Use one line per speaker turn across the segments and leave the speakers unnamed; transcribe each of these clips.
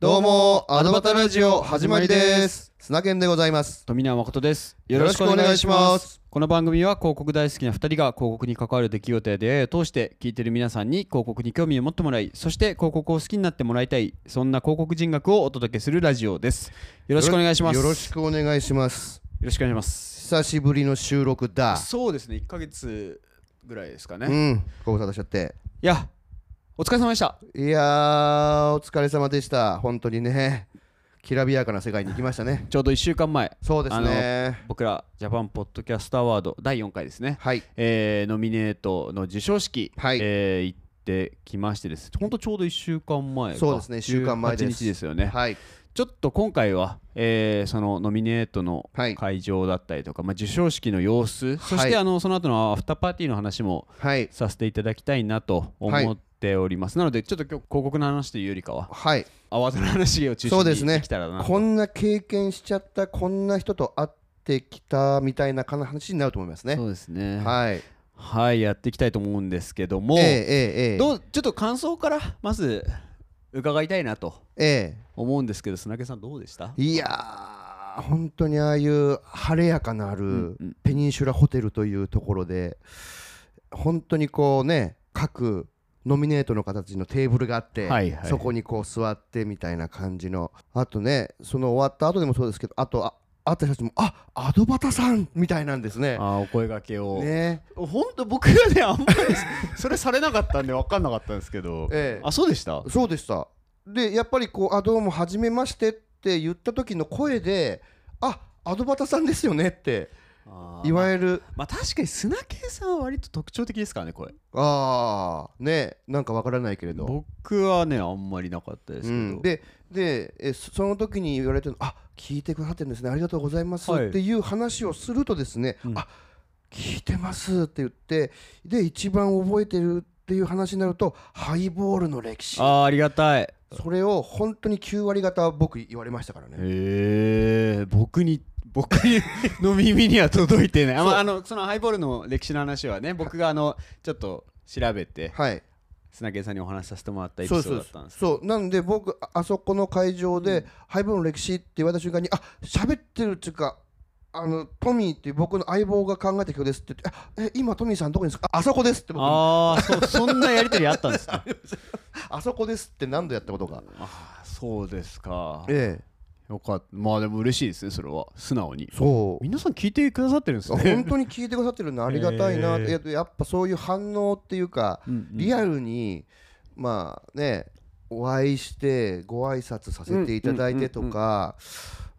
どうも、アドバタラジオ始まりです。砂犬でございます。
富永誠です
よろしくお願いします
この番組は広告大好きな2人が広告に関わる出来事や出会いを通して聞いてる皆さんに広告に興味を持ってもらいそして広告を好きになってもらいたいそんな広告人学をお届けするラジオですよ
よ
ろしくお願いします
よろしくお願いします。
よろしくお願いします
久しぶりの収録だ。
そうですね1ヶ月ぐらいですかね、
う
い
ん、ご無沙汰しちゃって。
やお疲れ様でした
いやー、お疲れ様でした。本当にね、きらびやかな世界に行きましたね。
ちょうど1週間前
そうですね。
僕らジャパンポッドキャストアワード第4回ですね
はい。
えーノミネートの授賞式、
はい
えー行ってきましてです本当ちょうど1週間前か
そうですね一週間前です
18日ですよね、
はい。
ちょっと今回は、えーそのノミネートの
はい
会場だったりとか、まあ、授賞式の様子そし
はい
てあのその後のアフターパーティーの話も
はい。
させていただきたいなと
はい
思っております、なのでちょっと今日広告の話というよりかは
はい。
アワードの話を中
そう
心
です
に
ね
できたらなと
こんな経験しちゃった、こんな人と会ってきたみたいな話になると思いますね。
そうですねはい、
はい。
やっていきたいと思うんですけども、
ええええええ
どうちょっと感想からまず伺いたいなと
ええ。
思うんですけど砂毛さんどうでした
いやー本当にああいう晴れやかなるペニンシュラホテルというところで本当にこうね各ノミネートの形のテーブルがあって、
はいはい
そこにこう座ってみたいな感じのあとねその終わった後でもそうですけどあとあ会った人たちもあアドバタさんみたいなんですね。
あーお声掛けを、
ね
ほんと僕はねあんまり それされなかったんで分かんなかったんですけど、
ええ
あそうでした
そうでしたでやっぱりこう「あどうもはじめまして」って言った時の声で「あアドバタさんですよね」っていわ
る
ゆる
まあ確かに砂毛さんは割と特徴的ですからね声
ああねなんかわからないけれど
僕はねあんまりなかったですけど、
うんででえそその時に言われてるあ聞いてくださってるんですねありがとうございます、
はい
っていう話をするとですね、
うん
あ聞いてますって言ってで一番覚えてるっていう話になるとハイボールの歴史
あーありがたいへ
それを本当に9割方僕言われましたからね
え僕に僕にの耳には届いてないあ,、まあ、あのそのハイボールの歴史の話はね僕があのちょっと調べて
はい
砂毛さんにお話しさせてもらったエピソードだったんですけど
そうなんで僕ああそこの会場で、ハイボールの歴史って言われた瞬間にあ喋ってるっていうかあのトミーっていう僕の相棒が考えた曲ですって言ってあえ今トミーさんどこにいるんですかああそこですって僕あ
ああそそんなやりとりあったんです か
そこですって何度やったことが
あーそうですか
ええ
よかったまあでも嬉しいですねそれは素直に
そう
皆さん聞いてくださってるんです
本
ね
当に聞いてくださってるのありがたいなって、
え
やっぱそういう反応っていうか、リアルにまあねお会いしてご挨拶させていただいてとか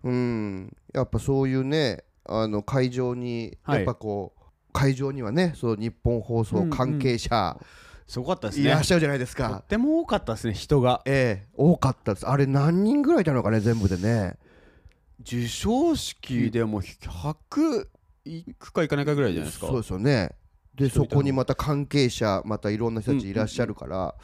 うんやっぱそういうねあの会場に
はい
やっぱこう、会場にはねそう日本放送関係者
すごかったです
いら
ね
っしゃるじゃないですか、
とっても多かったですね人が
ええ多かったですあれ何人ぐらいいたのかね全部でね
授賞式でも100いくかいかないかぐらいじゃないですか
そうですよねで
人
そ
いたの
こにまた関係者またいろんな人たちいらっしゃるから、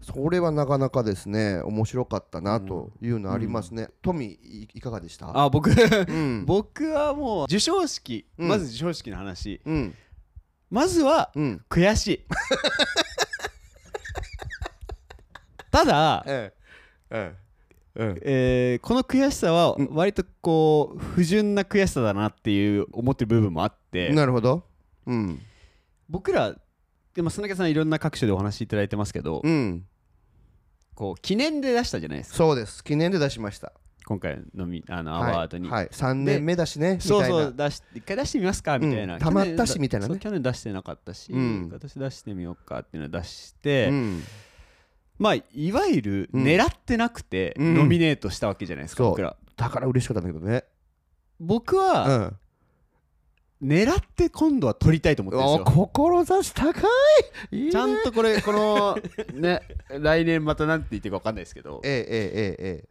それはなかなかですね面白かったなというのありますね、トミーいいかがでした
あ僕
うん
僕はもう授賞式
うん
まず授賞式の話
うん
まずは
うん
悔しいただ
えええ
えーこの悔しさは割とこう不純な悔しさだなっていう思ってる部分もあって
なるほどうん
僕らでも砂毛さんいろんな各所でお話しいただいてますけど
うん
こう記念で出したじゃないですか
そうです記念で出しました
今回のみあのア
はい
ワードに、
はい、3年目だしねみたい
そう
な
そう出し一回出してみますかみたいな、
うん
去年
溜まったしみたいなね
そう去年出してなかったし、
うん
今年出してみようかっていうのを出して、
うん、
まあいわゆる
うん
狙ってなくて
うん
ノミネートしたわけじゃないですか、
そう
僕ら
だから嬉しかったんだけどね
僕は
ん
狙って今度は取りたいと思ってるんですよ
志高いいいね
ちゃんとこれ このね来年また何て言ってるか分かんないですけど
ええええええ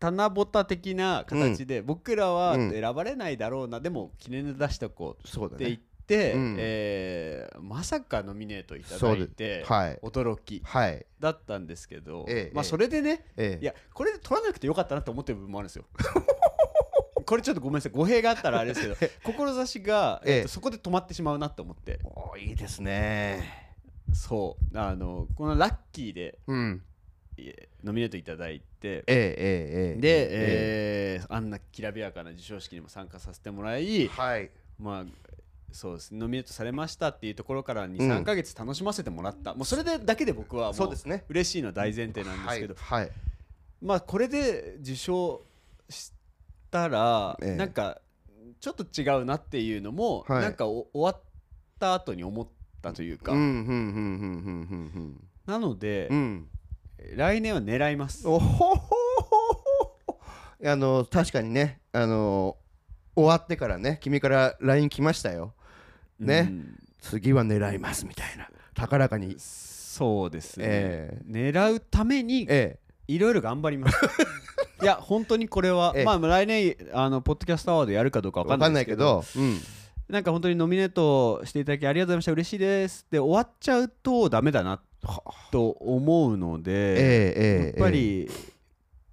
七夕的な形で僕らは
うん
選ばれないだろうな、でも記念で出しとこう
そうだ
って言っ
ね
て、
うん
えーまさかノミネートいた
そ
だ
う
い
で
て、
はい
驚き
はい
だったんですけど、
ええ
まあ
ええ
それでね、
ええ
いやこれで取らなくてよかったなと思ってる部分もあるんですよ。これちょっとごめんなさい語弊があったらあ れですけど志が、えっ
え
と
え
そこで止まってしまうなと思って
おーいいですね
そうあのこのラッキーで
うん
えノミネートいただいて
ええええええ
で、
え
えーあんなきらびやかな授賞式にも参加させてもらい、
はい
まあそうですノミネートされましたっていうところから
うん
23か月楽しませてもらった、もうそれでだけで僕は
そ
も
う
う
ですね
嬉しいのは大前提なんですけど、
はい、はい
まあこれで受賞したら、
ええ
なんかちょっと違うなっていうのも、
はい
なんかお終わった後に思ったというか、
うんうんうんうんうん
なので、
うんうん
来年は狙います
おほほほほあの確かにねあの終わってからね君から LINE 来ましたよね
うん
次は狙いますみたいな高らかに
そうですね、
え
狙うために
え
いろいろ頑張 りますいや本当にこれは、
ええ
まあ来年あのポッドキャストアワードやるかどうか
え
わか
分
んな
か
い
ん
で
な
す
いけ
けど
どうん
なんか本当にノミネートしていただきありがとうございました嬉しいですで終わっちゃうとダメだなと思うの
え
で、
えええ
やっぱり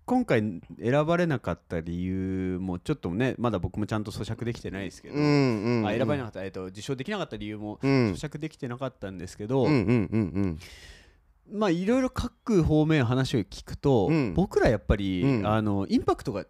今回選ばれなかった理由もちょっとねまだ僕もちゃんと咀嚼できてないですけど、
うんうんうん
あ選ばれ
かっ
なかった、えっと、受賞できなかった理由も
たうん
咀嚼できてなかったんですけど、
うんうんうんうん
まあいろいろ各方面話を聞くと、
うん
僕らやっぱり、
うん
あのインパクトが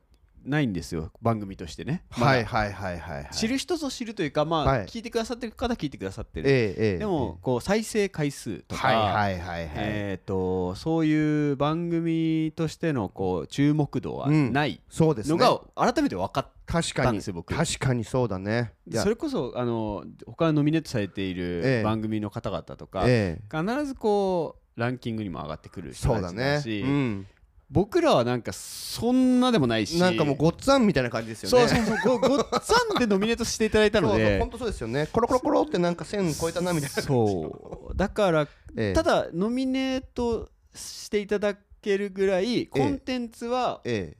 ないんですよ番組としてね、まだ
はいはいはいはいはい
知る人ぞ知るというかまあ、
はい
聞いてくださってる方は聞いてくださってる、
ええええ
でもこう再生回数とか、
はいはいはいはい、
えー、とそういう番組としてのこう注目度は
うん
ない
そうです
の
ね
が改めて分かっ
確
た
か
ん
に
ですよ僕
確かにそうだねいや
それこそあの他のノミネートされてい
え
る
え
番組の方々とか、
ええ
必ずこうランキングにも上がってくる人
そう
た
だ
ちだ
ね、
し
うん、
僕らはなんかそんなでもないし
なんかもうごっつぁんみたいな感じですよね
そうそうそうごごっつぁん でノミネートしていただいたの
そうそう
で
本当そうですよねコロコロコロってなんか線超えたなみたいな
そうだから
ええ
ただノミネートしていただけるぐらいコンテンツは
え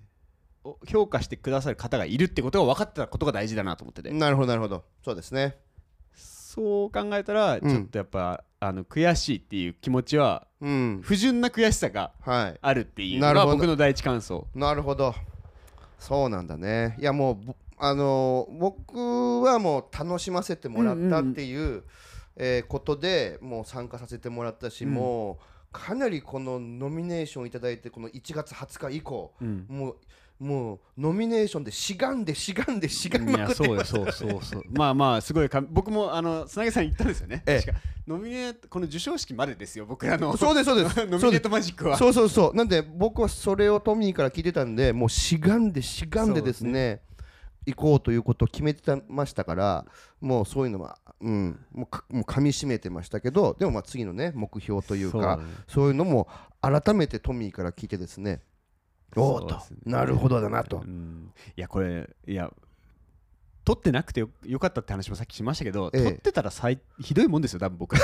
評価してくださる方がいるってことが分かってたことが大事だなと思って
え
て
なるほどなるほどそうですね
そう考えたらち
うん
ょっとやっぱ、あの悔しいっていう気持ちは
うん
不純な悔しさが
は
あるっていうの
なる
が
ほど
僕の第一感想
いなるほどそうなんだねいやもうぼあのー僕はもう楽しませてもらったっていう、えーことでもう参加させてもらったし、
うん
もうかなりこのノミネーションいただいてこの1月20日以降
うん
もうもうノミネーションでしがんでしがんでしがみ
い
ま
や
くって
そうよそうそうそうまあまあすごいか僕もあのつなげさん言ったんですよね、
ええ
確かノミネートこの授賞式までですよ僕らの
そうですそうです
ノミネートマジックは
そうそうそうなんで僕はそれをトミーから聞いてたんでもうしがんでしがんでですね行こうということを決めてたましたからもうそういうのは、うん、もうかもう噛みしめてましたけどでもまあ次のね目標というかそういうのも改めてトミーから聞いてですねおお
そう
と、
ですね
なるほどだな
そう
と
う、んいやこれいや撮ってなくてよよかったって話もさっきしましたけど、
ええ
撮ってたら最ひどいもんですよ多分僕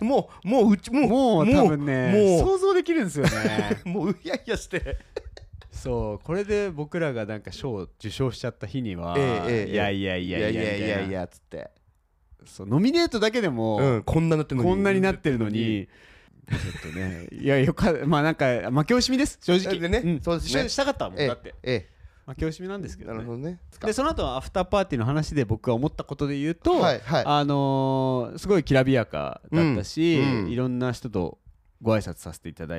もうもううち もう
もう多分ね
もう
想像できるんですよね
もううやいやして
そうこれで僕らがなんか賞を受賞しちゃった日には、
ええええ
いやいやい
い
やいや
い
いや
やいやい
みたな
やつって、
そうノミネートだけでも、
うん、こんななってんのに
こんなになってるのに、ちょっとね、いや、よかまあなんか、負け惜しみです、正直。
でね
ん
そうですね
一緒にしたかったもん、
え
だって。
え
負け惜しみなんです
え
けど、
なるほ
ね。
どね
で、その後アフターパーティーの話で僕が思ったことで言うと、
はいはい
あのーすごいきらびやかだったし、
うんうん
いろんな人とご挨拶させていただ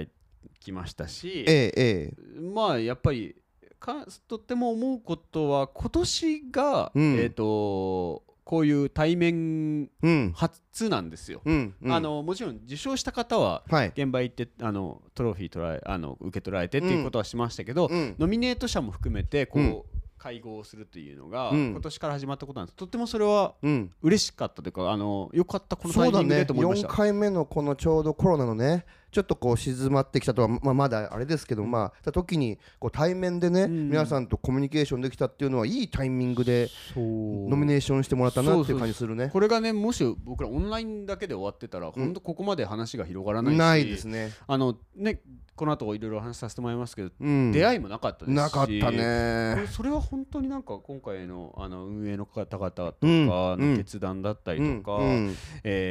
きましたし、
ええええ
まあやっぱりかとっても思うことは今年が、
うん
えっ、とこういう対面
うん
初なんですよ、
うんうん
あのもちろん受賞した方は
はい
現場行ってあのトロフィー取らえあの受け取られてっていうことはしましたけど、
うん
ノミネート者も含めてこう、
うん
会合をするというのが、
うん
今年から始まったことなんですとってもそれは
うん
嬉しかったというかあのよかったこのタ
そう
イミ
だ
ング
ね
でと思いまし
4
た、
回目のこのちょうどコロナのねちょっとこう静まってきたとは、まあ、まだあれですけどまあた時にこう対面でね、
ん
皆さんとコミュニケーションできたっていうのはいいタイミングでノミネーションしてもらったなっていう感じするね
これがねもし僕らオンラインだけで終わってたら本当ここまで話が広がらないし、
ないですね、
あのねこの後いろいろお話しさせてもらいますけど、
うん、
出会いもなかったですし
なかった
こ
ね
れそれは本当になんか今回のあの運営の方々とか
うんう
の
ん
決断だった
う
り
ん
とか、
うん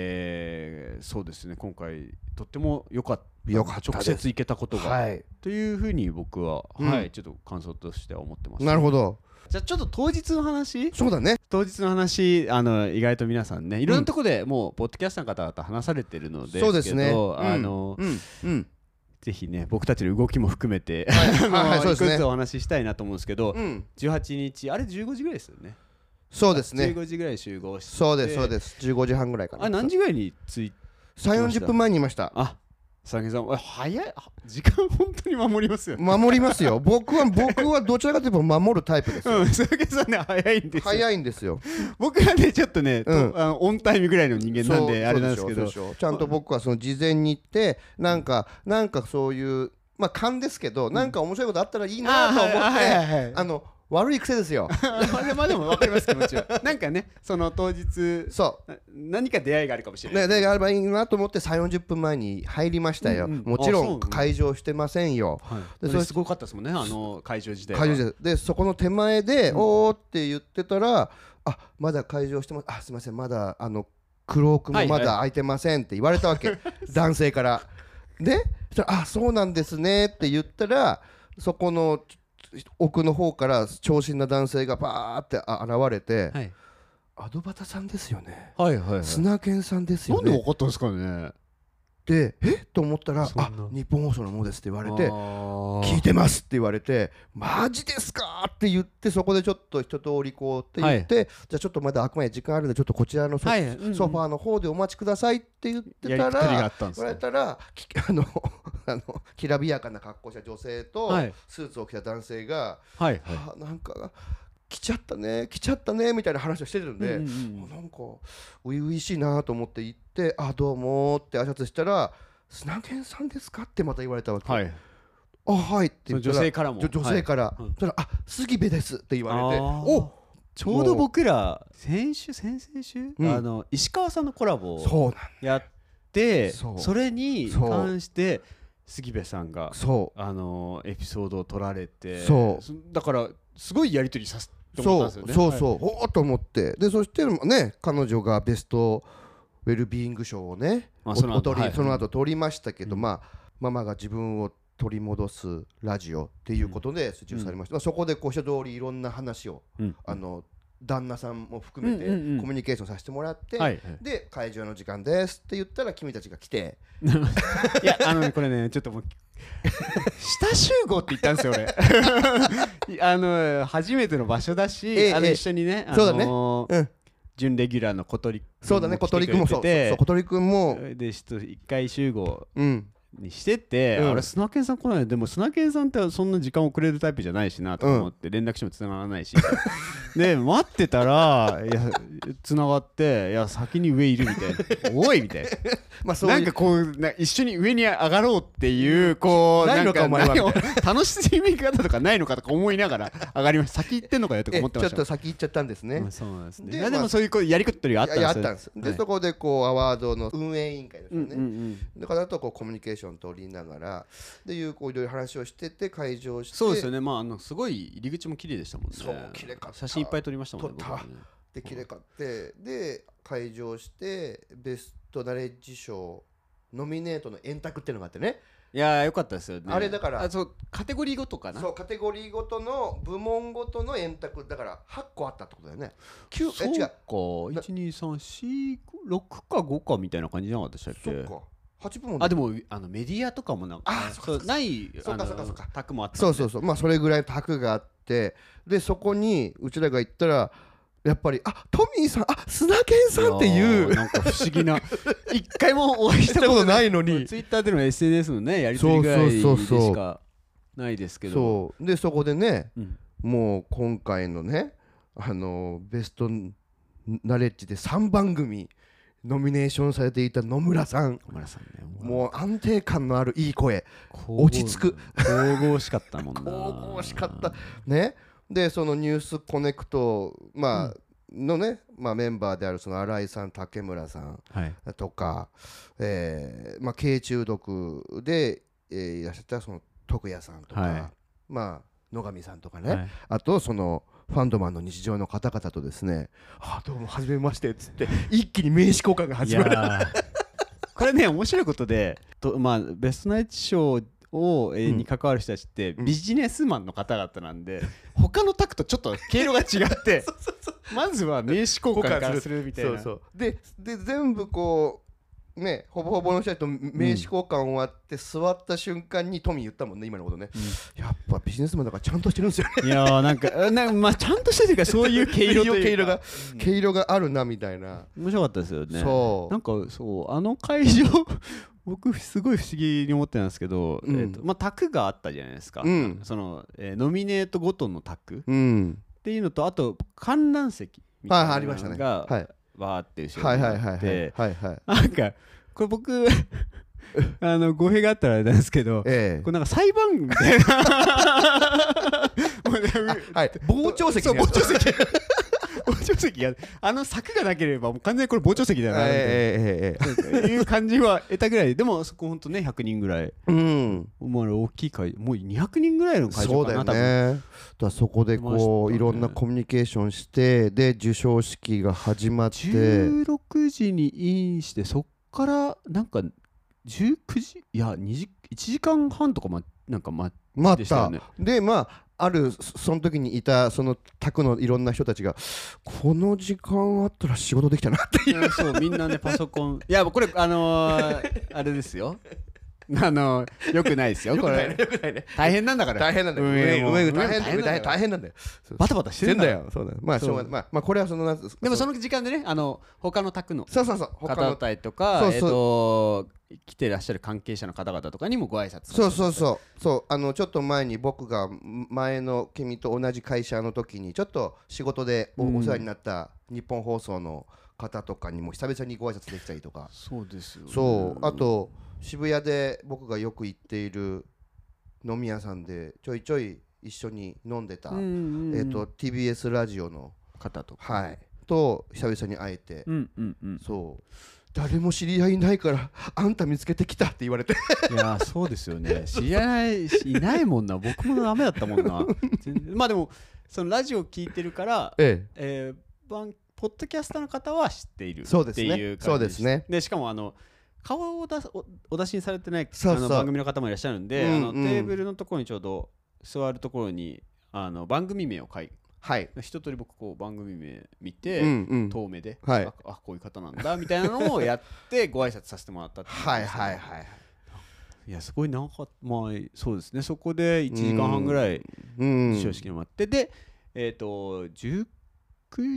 えーそうですね今回とっても良かった
良かったで
直
す
接行けたことが、
はい
というふうに僕は、
うん
はいちょっと感想としては思ってます
なるほど
じゃあちょっと当日の話
そうだね
当日の話あの意外と皆さんねいろんなところでもうポッドキャストの方々話されてるので
そうですね
あの、
うんうん
ぜひね僕たちの動きも含めて、
はい
まあ
はいそう
い
です
くつ
ね
お話ししたいなと思うんですけど、
うん
18日あれ15時ぐらいですよね
そうですね
15時ぐらい集合して
そうですそうです15時半ぐらいかな
あれ何時ぐらいに着い
3 4 0分前にいました
あ佐々木さんえ早いあ時間本当に守りますよね
守りますよ僕は僕はどちらかというと守るタイプです
うん佐々木さんね早いんですよ
早いんですよ
僕はねちょっとね、と
うん
あのオンタイムぐらいの人間なんであれなんです
そう
けど
でしょそうでしょちゃんと僕はその事前に行ってなんかなんかそういうまあ勘ですけどなんか面白いことあったらいいなと思
あ
っ
はいはいはいは
て
い
あの悪い癖ですよ
まあでもまあでも分かります気持ちはなんかねその当日
そ
な何か出会いがあるかもし
う
れない
ねであればいいなと思って3 4 0分前に入りましたよ
うんうん
もちろ
あそうんなんだ
会場してませんよ
はい、
でそ
でそ
れ
れすごかったですもんねあの会場時代は
会場ですでそこの手前で「おー」って言ってたら「あまだ会場してますあすいませんまだあのクロークもま
はいは
だ開いてません」って言われたわ け男性から。でそしたら「あそうなんですね」って言ったらそこの奥の方から長身な男性がバーってあ現れて
はい
「アドバタさんですよね
はいはい、はい
砂犬さんです
な
よ
んで
ね
分」かったんですかね
で「えっ?」と思ったら「
そんな
あ日本放送のものです」って言われて
あー
聞いてますって言われてマジですかって言ってそこでちょっと一通りこうって言って、じゃあちょっとまだあくまで時間あるんでちょっとこちらのソ,、
はいうんうん
ソファーの方でお待ちくださいって言ってた
やりとりがあ
ら
ったんです
言われ
ね
たらき あのあのきらびやかな格好した女性と
はい
スーツを着た男性が、
はい
はあなんか来ちゃったね来ちゃったねみたいな話をしてるんで、
うんうん
あなんか初々しいなと思って行って「あどうも」って挨拶したら「砂犬さんですか?」ってまた言われたわけ。
うんはい
あはいって
そ
言
の
った
女
ら
性からも
女女性から、
うん
そしたらあ杉部ですって言われて
あー
お
ちょうど僕ら先週先々週、
うん
あの石川さんのコラボを
そうなん
やって
そ
そうれに
そう
関して杉部さんが
そ
あのエピソードを取られて
そう
だからすごいやり取りさせ
う
て
そう
もらったんですよ
そう
ねはい
そう、おーと思ってでそしてね彼女がベストウェルビーイング賞をね、
まあ
お
その後
お取り
はい
その後取りましたけど、
うん
まあママが自分を取り戻すラジオっていうことで受注されました、まあ、そこでこう一通りいろんな話を、
うん
あの旦那さんも含めてコ
うんうんうん
ミュニケーションさせてもらって、
はい
で会場の時間ですって言ったら君たちが来て
いやあのねこれねちょっともう 下集合って言ったんですよ 俺あの初めての場所だ
ええ
しあの
ええ
一緒にねあ
そうだね
の
うん
準レギュラーの小鳥
そうだね、小鳥くんもそう。そう
で
小鳥くんも、
ちょっと一回集合
うん、
にしてて、
うん
あれ砂犬さん来ないのでも砂犬さんってそんな時間遅れるタイプじゃないしなと思って連絡しても繋がらないし、 で待ってたらいや繋がっていや先に上いるみた いなおいみたいな
まあそう
なん
い
か
う。
こうな一緒に上に上がろうっていうこう
ないのか
ん
お前は
ない楽しみ方とかないのかとか思いながら上がりました先行ってんのかよとか
えち
思
ょ
ってま
っ
したも
と
ん
先行っちゃったんですね
うん。そうなんですね
で
で,いや、
まあ
でもそういうこうやりことりがあっ
い
た
や
ん
い
です
や
よ
あったんです。で、
はい
そこでこうアワードの運営委員会です
うん
よ
うんう
ね。
ん
だからとこうコミュニケーション取りながら、でいうこういろいろ話をしてて会場して、
そうですよね、まあ、あのすごい入り口も綺麗でしたもんね。
そう綺麗かった
写真いっぱい撮りましたもんね。
撮った
僕らね
で綺麗かって、で会場してベストナレッジ賞ノミネートの円卓っていうのがあってね。
いやー、よかったですよね。
あれだから
あそう、カテゴリーごとかな。
そうカテゴリーごとの部門ごとの円卓だから8個あったってことだよね。九え
そう
違
か
う。、
一二三四六か五かみたいな感じじゃなかったでしたっ
そっ
け。
か。8部門だ
あ、でも、あのメディアとかもなんか、
あー
そうない、
そうか
あの
そうかそうか
タクもあったんで。
そうそうそうまあそれぐらいの卓があってでそこにうちらが行ったらやっぱりあトミーさんあ砂犬さんってい
やー
う
なんか不思議な一回もお会いしたことない
いの
ツイッターでの SNS のねやり取りぐらいで
そうそうそうそう
しかないですけど
そうでそこでね
うん
もう今回のねあのベストナレッジで3番組ノミネーションされていた野村さん
小村さんね
もう安定感のあるいい声
う
落ち着く
神々しかったもんな
神々しかったねでその「ニュースコネクト」まあのね、まあ、メンバーであるその新井さん竹村さん
はい
とか、えーまあ、軽中毒で、えーいらっしゃったその徳也さんとか、
はい
まあ、野上さんとかね、
はい
あとそのファンドマンの日常の方々とですね「あどうもはじめまして」っ つって一気に名刺交換が
い
始
や
まる
ーこれね面白いことでと、まあ、ベストナイト賞を、えー
うん
に関わる人たちって、
ん
ビジネスマンの方々なんで他のタクとちょっと毛色が違って まずは名刺交換からするみたい
そ
な
うそうでで全部こうねほぼほぼの人と名刺交換終わって座った瞬間にトミー言ったもんね今のことね、やっぱビジネスマンだからちゃんとしてるんですよね
いやーなんかえなんかまあちゃんとしてるというかそういう毛色というか
毛色が毛色があるなみたいな、
面白かったですよね
そう
なんかそうあの会場 僕すごい不思議に思ってたんですけど、
うん
えーとまあ、卓があったじゃないですか、
うん
その、えーノミネートごとの卓っ
うん
ていうのとあと観覧席みたい
はいあ
な
りましたね
のが、
はい
わーって後ろ
はい
に
はい
あって、
はいはいはいはい
なんかこれ僕 あの語弊があったらあれなんですけど、
え
これなんか裁判みたいな もうね
えはい傍聴席
そう
ね
傍聴席傍聴席があの柵がなければもう完全にこれ傍聴席だよなみたいな、
えええええええ
いう感じは得たぐらいでもそこほんとね100人ぐらい
えうん
もう大きい会もう200人ぐらいの会
そ
場
うだ
かな
よねだからそこでこう
出ましたね
いろんなコミュニケーションしてで授賞式が始まっ
多
て
分16時にインしてそっからなんか19時いや2時1時間半とかまなんかま
ま
でしたよ
た
ね
でまああるそその時にいたその宅のいろんな人たちがこの時間あったら仕事できたなって
いやそうみんなねパソコン いやこれあのー、あれですよあのー、よくないですよこれ
よくないね
大変なんだから
大変なんだよ
運営も
運営大変
運営も
大変大変なんだよ
バタバタして
して
る
ん
んだ
だ
よ
よそうだよまあ
そう
しょうがないまあまあこれはそのなんつ
でもその時間でねあの他の宅の
そうそうそう他
方だっ
の
たりとか
そうそう
えっ、と来てらっしゃる関係者の方々とかにもご挨拶
そうそうそうそうあのちょっと前に僕がん前の君と同じ会社の時にちょっと仕事でお,、世話になった日本放送の方とかにも久々にご挨拶できたりとか
そうですよね、
そうあと渋谷で僕がよく行っている飲み屋さんでちょいちょい一緒に飲んでた、
うんうんうん
えっと TBS ラジオの
方とか
はいと久々に会えて、
うんうんうん
そう誰も知り合いいないからあんた見つけてきたって言われて
いやーそうですよね知らないいないもんな僕もダメだったもん な全然まあでもそのラジオ聞いてるから
え
えー、番ポッドキャスターの方は知っている
そうですね
っていう感じ
そうですね
でしかもあの顔を出すおお出しにされてない
そうそう
あの番組の方もいらっしゃるんで、あの
うん
テ
うん
ーブルのところにちょうど座るところにあの番組名を書い
はい
一通り僕こう番組名見て、
うんうん
遠目で、
はい
ああこういう方なんだみたいなのをやってご挨拶させてもらったってう
はいはいはい
いやすごい長かったまあそうですねそこで1時間半ぐらい
うん
授賞式にもあって、でえっ、と19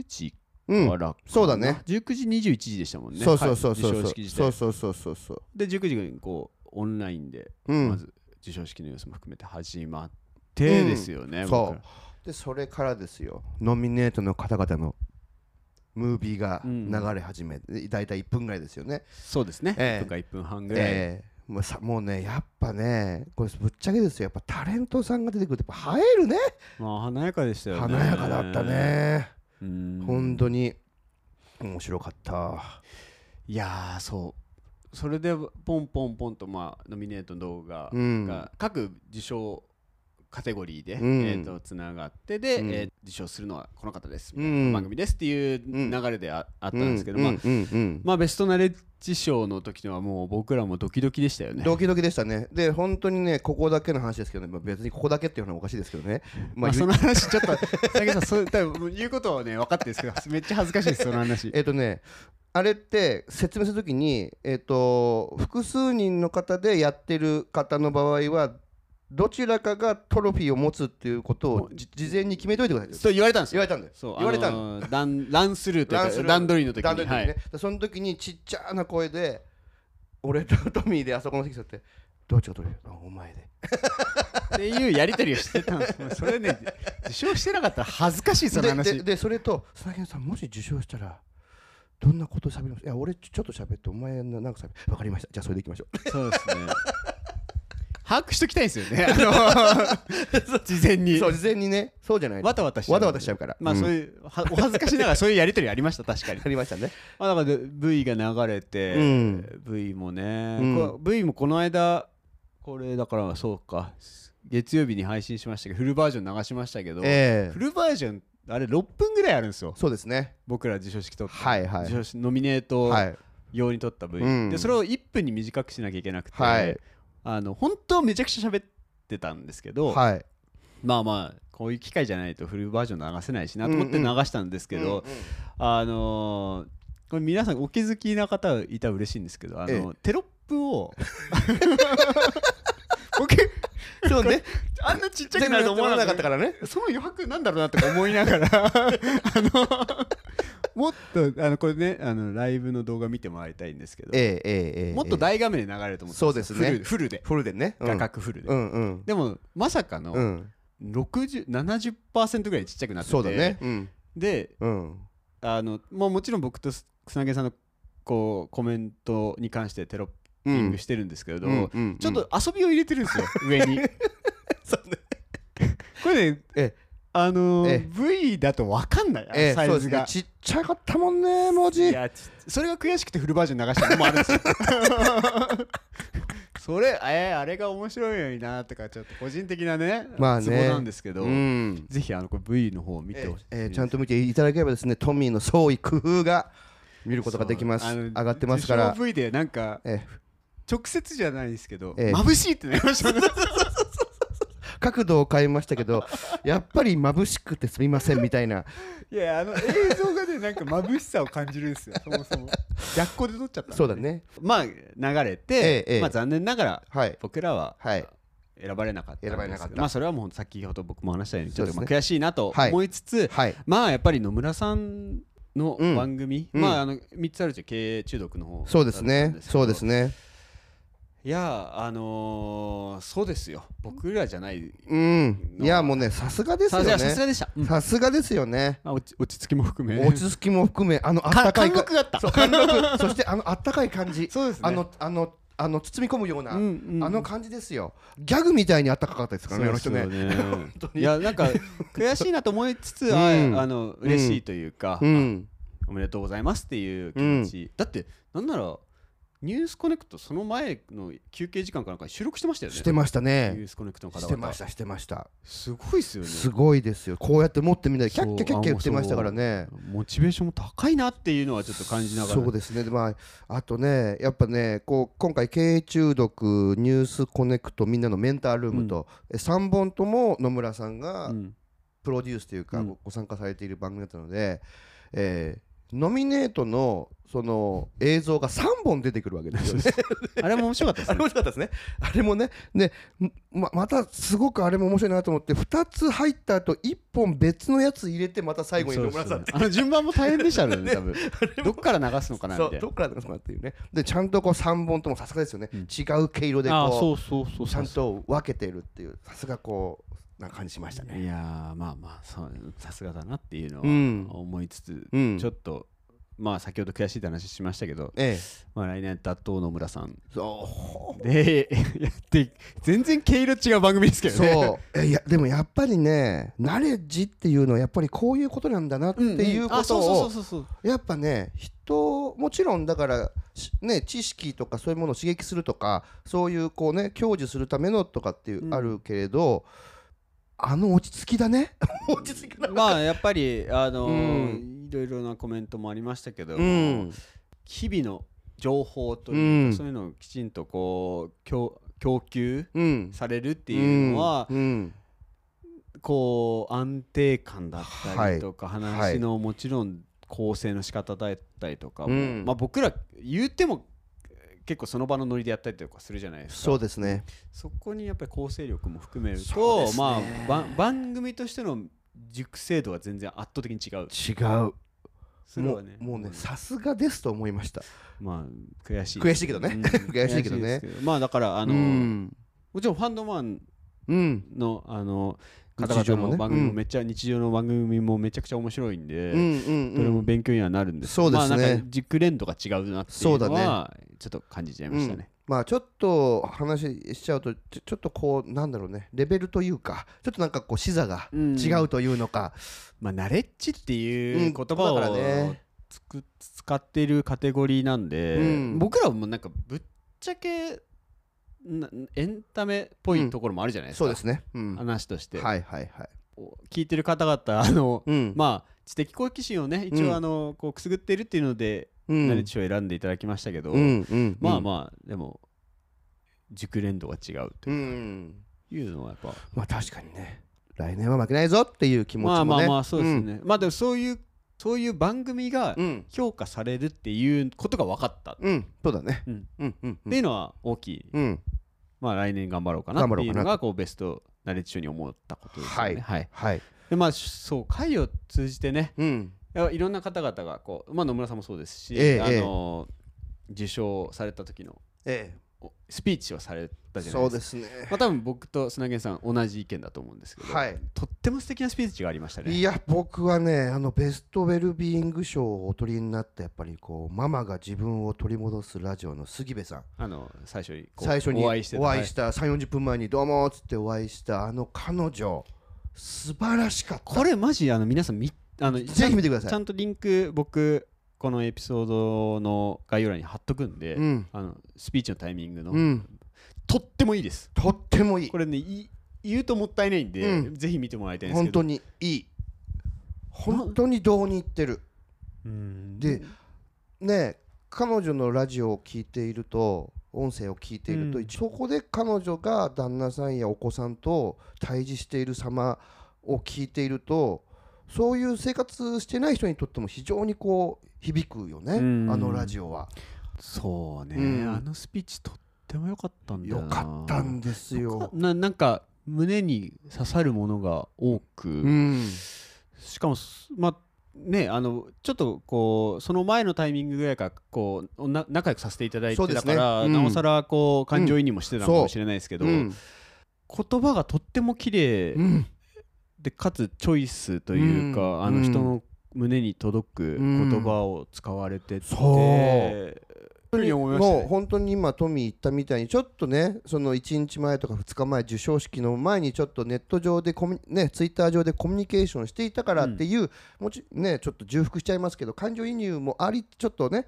時
うん
からかな
そうだね
19時21時でしたもんね
そうそうそうそう
はい
そう
授賞式自
そう
体
そうそうそうそう
で19時にこうオンラインで
うん
まず授賞式の様子も含めて始まって
うん
ですよね、僕
そうでそれからですよノミネートの方々のムービーが流れ始めて、大体1分ぐらいですよね、
そうですね、
ええ
1分か1分半ぐらい、
ええもうさもうねやっぱねこれぶっちゃけですよやっぱタレントさんが出てくるとやっぱ映えるね
まあ華やかでしたよね
華やかだったね、
うん
本当に面白かった
いやーそうそれでポンポンポンとまあノミネートの動画
うん
が各受賞カテゴリーで、
うん
えー、とつながってで、
うん
えー受賞するのはこの方です、
うん
番組ですっていう流れであ,、あったんですけど、
うん
まあ
うんうん
まあベストナレッジ賞の時のはもう僕らもドキドキでしたよね。
ドキドキでしたねで本当にねここだけの話ですけどね、まあ、別にここだけっていうのはおかしいですけどね ま
ま
あ、
あそ
ゆ
の話ちょっと佐々木さんそう多分言うことはね分かってるんですけど めっちゃ恥ずかしいですその 話。
えっ、とねあれって説明するときに、えっと複数人の方でやってる方の場合はどちらかがトロフィーを持つっていうことをじ事前に決めといてください
そう言われたんです
言
よ。
われたんだよ
そう
言われたんだ
のーランランスルーと
ラン
い
ス
う
ル
か
ー
段取りの時
段
に
取りの時
は
ね
い。
でその時にちっちゃな声で俺とトミーであそこの席座ってどっちがトロフィーあお前で
っていうやり取りをしてたんですもうそれね受賞してなかったら恥ずかしいその
で
話
ででそれと佐々木さんもし受賞したらどんなこと喋りますいや俺ちょっと喋ってお前ななんか喋るわかりましたじゃあそれでいきましょう
そうですね把握しときたいんですよ ねあの事前に
そう事前にねそうじゃない
わたわたしちゃう
わたわたしちゃうから
まあ
うん
そういうはお恥ずかしながらそういうやり取りありました確かに
ありましたね
まあだから V が流れて、
うん
V もね、
うん
こ V もこの間これだからそうか月曜日に配信しましたけどフルバージョン流しましたけど、
え
フ
え
ルバージョンあれ6分ぐらいあるんですよ
そうですね
僕ら授賞式とって、
はいはい
授賞式ノミネート、
はい
用に取った V、
うん
でそれを1分に短くしなきゃいけなくて、
はい
あの本当はめちゃくちゃ喋ってたんですけど、
はい
まあまあこういう機会じゃないとフルバージョン流せないしなと思って
う
流
んうん
したんですけど、
うんうん
あのーこれ皆さんお気づきな方いたら嬉しいんですけどあの、
え
テロップを 僕そうねあんなちっちゃくなると思わなかったから
ね
らその余白なんだろうなとか思いながら あのもっとあのこれねあのライブの動画見てもらいたいんですけど、
ええええええ
もっと大画面で流れると思ってたんよ
そうですね
フルフルで
フルでねうん
画角フルで、
うんうん
でもまさかの、
うん
60 70%ぐらいちっちゃくなってて
そうだねうん
で
うん
あの、まあ、もちろん僕とす草薙さんのこうコメントに関してテロッ
う
ピン
ん
グしてるんですけれど、
うんうん
ちょっと遊びを入れてるんで すよ、上に。これね
え
あの
え
V だと分かんない、あの
ええ
サ
そう
イ
です
ズ
ね
が。
ちっちゃかったもんね文字
いやちそれが悔しくてフルバージョン流したのもある んですよ。それ、えーあれが面白いのになとかちょっと個人的なね、
まあね
ツボなんですけど、
うん
ぜひあのこれ V の方を見てほしい、
ええちゃんと見ていただければですねトミーの創意工夫が見ることができます
そうあの
上がってますから
受賞 V でなんか
え
直接じゃないですけど、
ええ
眩しいってなりましたね
え角度を変えましたけどやっぱり眩しくてすみませんみたいない
やあの映像がねなんか眩しさを感じるんですよそもそも逆光で撮っちゃった
そうだね
まあ流れて
え、えええ
まあ、残念ながら
はい
僕らは
はい
選ばれなかったんですけど
選ばれなかった
まあそれはもう先ほど僕も話したようにちょっと
そ
ま
う
あ
です
悔しいなと
はい
思いつつ、
はい
まあやっぱり野村さんの
うん
番組、
うん
まああの3つあるうち経営中毒の方
そうです
だったん
ね
けど
そうですね
いやあのーそうですよ僕らじゃない
うんいやもうねさすがですよ
さすがさすが
ね
でした、うん
さすがですよね
まあ、落ち落ち着きも含め
落ち着きも含めあのあったかい
があった
そう貫禄そしてあのあったかい感じ
そうですね
あのあのあの包み込むような、
うんうんうん
あの感じですよギャグみたいにあったかかったですからねあの人ね
当にいやなんか悔しいなと思いつ つ、あ
うん
あの嬉しいというか、
うん
おめでとうございますっていう気持ち、だってなんならニュースコネクトその前の休憩時間かなんかに収録してましたよね
してました
ニュ
ね
ースコネクトの方
し
々
てましたしてました
すごいっすよね
すごいですよこうやって持ってみんなでキャッキャキャッキャ
そう
言ってましたからね
モチベーションも高いなっていうのはちょっと感じながら
そうですねでまあ、あとねやっぱねこう今回経営中毒ニュースコネクトみんなのメンタールームと、え3本とも野村さんが
うん
プロデュースというか、
うん
ご参加されている番組だったので、えーノミネートのその映像が3本出てくるわけですよね。
あれも面白かったです
あれ
ね
面白かったですね。あれもね、で、ままたすごくあれも面白いなと思って、2つ入った後、1本別のやつ入れて、また最後に野村さんって
そうそうあの順番も大変でした よね多分どっから流すのかなみた
そ
いうな
どっからだかっていうねでちゃんとこう3本ともさすがですよね、
うん
違う毛色で
あー
こ
そうそうそうう
ちゃんと分けてるっていうさすがこうな感じしましたね
いやーまあまあそうさすがだなっていうのは
うん
思いつつ、
うん
ちょっとまあ先ほど悔しいって話しましたけど、
ええ
まあ、来年打倒野村さん
そう
でやって全然毛色違う番組ですけどね
そうえいやでもやっぱりねナレッジっていうのはやっぱりこういうことなんだなって
んん
いうこ
あ
と
そうそう
を
そうそう
やっぱね人もちろんだからしね知識とかそういうものを刺激するとかそういうこうね享受するためのとかっていう、
うん
あるけれどあの落ち着きだね 落ち着きだ
そうまあやっぱりあのー
う
いろいろなコメントもありましたけど、
うん
日々の情報というか、
うん
そういうのをきちんとこう供供給
うん
されるっていうのは、
うんうん
こう安定感だったりとか、
い
話のもちろん構成の仕方だったりとかも、
うん
まあ、僕ら言っても結構その場のノリでやったりとかするじゃないですか
そうですね
そこにやっぱり構成力も含める
そうで
と、
すね
まあ、ば番組としての熟成度は全然圧倒的に違う
違う
それ
も
は
う
ね
もうねさすがですと思いました
まあ悔しい
悔しいけどね 悔しいけどね
悔ですまあだからあ
あ
の、
うん
もちろんファンドマン
うん
のあの方
日常
々
もね
の番組も
うん
めっちゃ、日常の番組もめちゃくちゃ面白いんで、
うんうん
それも勉強にはなるんですけど
そうですね
まあ、なんか熟練度が違うなってい
そううだ
の
ね
はちょっと感じちゃいましたね。
まあちょっと話しちゃうとちょちょっとこうなんだろうねレベルというかちょっとなんかこう視座が
うん
違うというのか、
まあ、ナレッジっていううん言葉を、
だからね
つく使ってるカテゴリーなんで、
うん
僕らもなんかぶっちゃけなエンタメっぽいところもあるじゃないですか、
そうですね、うん、はい
話として、
はいはい
聞いてる方々あの、
うんあ
まあ知的好奇心をね一
う
応
ん
あの、こうくすぐっているっていうので、
うん
ナレッジを選んでいただきましたけど、
うんうん
まあまあでも熟練度が違うと
うん、う、
いうんいうのはやっぱ
まあ確かにね来年は負けないぞっていう気持ちもね
まあまあまあそうですね、まあでもそういうそういう番組が
うん
評価されるっていうことが分かった、
うんそうだね
うん
うんうんう
っ
ん
ていうのは大きい、
うん
まあ、来年頑張ろうかなっていう
頑張ろ
の
うか
がこうベストナレッジ賞に思ったことですよね。
はいはい
でまあそう会を通じてね
うん
いやいろんな方々がこう、まあ、野村さんもそうですし、
ええ
あの受賞された時の
え
おスピーチをされ
え
たじゃな
そ
いうですか。
ですね
まあ、多分僕と砂源さん同じ意見だと思うんですけど、
はい
とっても素敵なスピーチがありましたね。
いや僕はねあのベストウェルビーイング賞をお取りになったやっぱりこうママが自分を取り戻すラジオの杉部さん
あの最初にこう
最初に
お会いしてた
た3 4 0分前に「どうも」っつってお会いしたあの彼女素晴らしかった
これマジあの皆さんみあの
ぜひ見てくだ
ちゃ
さい
んとリンク僕このエピソードの概要欄に貼っとくんで、
うん
あのスピーチのタイミングの、
うん
とってもいいです
とってもいい
これねい言うともったいないんで、
うん
ぜひ見てもらいたいんですけ
本
ど
当にいい本当にどうにいってる
うん
でねえ彼女のラジオを聞いていると音声を聞いていると、
うん
そこで彼女が旦那さんやお子さんと対峙している様を聞いているとそういう生活してない人にとっても非常にこう響くよね、
うん
あのラジオは。
そうね、
うん
あのスピーチとっても良かったんだ
よ
よな
かったんですよ。
ななんか胸に刺さるものが多く、
うん、
しかもすまあねあのちょっとこうその前のタイミングぐらいからこうな仲良くさせていただい
そう
て
で
だ
す
か
ね
ら、
うん
なおさらこう感情移入もしてたのか
そう
もしれないですけど、
うん
言葉がとっても綺麗
うん
でかつチョイスというか、
うん
あの人
う
の胸に届く
うん
言葉を使われてて、
そう
ふうに思いました
もう
ね。
本当に今トミー言ったみたいにちょっとねその1日前とか2日前授賞式の前にちょっとネット上でコミュねツイッター上でコミュニケーションしていたからっていう、もちねちょっと重複しちゃいますけど感情移入もありちょっとね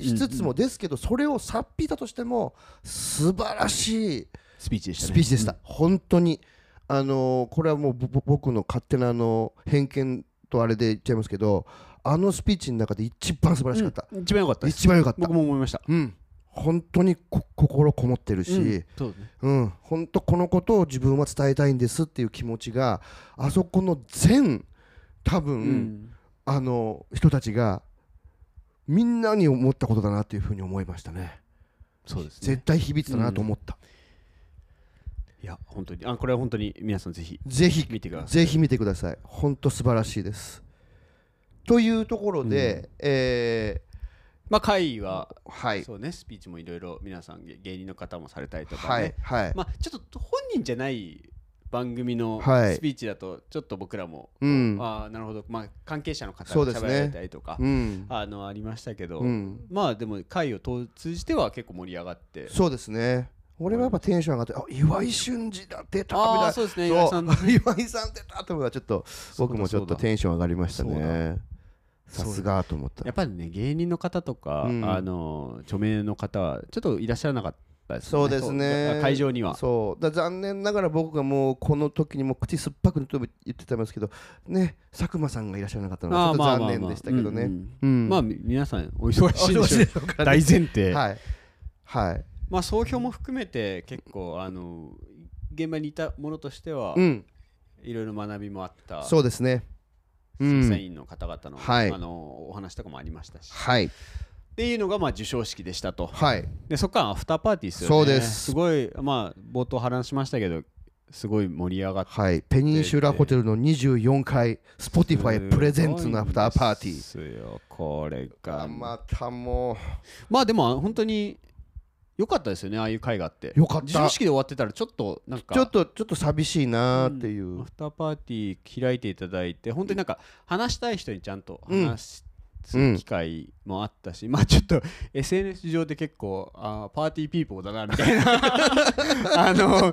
しつつもですけど、それをさっぴいたとしても素晴らしい
スピーチでした
ス
ね。
ピーチでした、本当にあのーこれはもうぼぼ僕の勝手なあの偏見とあれで言っちゃいますけどあのスピーチの中で一番素晴らしかった、
うん一番良かったです。
一番良かった
僕も思いました。
うん、本当にこ心こもってる
うん
し、
そうね
うん本当このことを自分は伝えたいんですっていう気持ちがあそこの全多分、
うん
あの人たちがみんなに思ったことだなっていうふうに思いましたね
そうですね
絶。対響いてたなと思った、
いや本当にあこれは本当に皆さんぜひ
ぜひ
見てください。
ぜひ見てください本当素晴らしいですというところで、え
まあ会は
ーはい
そうねスピーチもいろいろ皆さん芸芸人の方もされたりとか
は
ね、
いはい、
まあちょっと本人じゃない番組の
はい
スピーチだとちょっと僕らも、
うん
ああなるほどまあ関係者の方
そう
が
です
喋
ね
られたりとか、
うん
あのありましたけど、
うん
まあでも会を通通じては結構盛り上がって
そうですね俺はやっぱテンション上がってあ岩井俊二だ出たみたい
ああ
な
そうですね
そう
岩井さんの
岩井さん出たと思ったらちょっと僕もちょっとテンション上がりましたね
そう
さ
だ
すがと思った
やっぱりね芸人の方とか、
うん
あの著名の方はちょっといらっしゃらなかったですね
そうですね
そう会場には
そうだ残念ながら僕がもうこの時にもう口酸っぱく言ってたんですけどね佐久間さんがいらっしゃらなかったのはち
ああ
ょっと
まあま
残
あまあ
念でしたけど
うん
ね
うん
うん
まあみ皆さんお忙しいでしょ
ょ
う
う
大前提、
はいはい
まあ総評も含めて結構あの現場にいたものとしては
うん
いろいろ学びもあった
そうですねう
審査
ん
員の方々の,、
はい
あのお話とかもありましたしっ
はい
ていうのがまあ授賞式でしたと
はい
でそこからアフターパーティーですよね
そうです
すごいまあ冒頭話しましたけどすごい盛り上がって
はい、ペニンシュラホテルの24階、Spotify プレゼンツのアフターパーティー。
すごいんですよこれがま
またも
あでも本当に良かったですよねああいう会があって
う、よかっ
授賞
た。
式で終わってたらちょっとなんか
ちょっと、ちょっと寂しいなーっていう。
アフターパーティー開いていただいて本当になんか話したい人にちゃんと話す
うん
機会もあったし、まあちょっと SNS 上で結構あーパーティーピーポーだなみた いなあの揶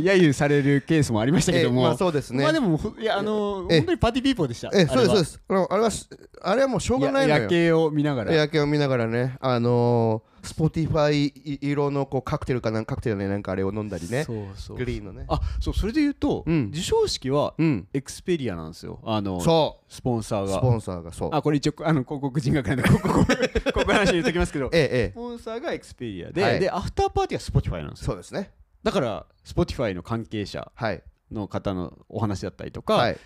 揄されるケースもありましたけども、
ええ
ま
まあ
あ、
そうですね。
でもほいやあの
ええ
本当にパーティーピーポーでした
え、そうです、そうですす。あのあれはし、あれはもうしょうがないの
夜
よ。
景を見ながら
夜景を見ながらね、あのー、Spotify 色のこうカクテルかなんカクテルね、なんかあれを飲んだりね、
そうそう
グリーンのね。
あそうそれで言うと、
うん
授賞式は
うん、
エクスペリアなんですよあの
そ
スポンサー
う、
が
スポンサーがそう。
あこれ一応あの広告人学なんで広告広告話言っときますけど
ええ、え
ス
え、
ポンサーがエクスペリアで、
はい
でアフターパーティーは Spotify なんですよ
そうですね。
だから Spotify の関係者
はい、
の方のお話だったりとか、
はい、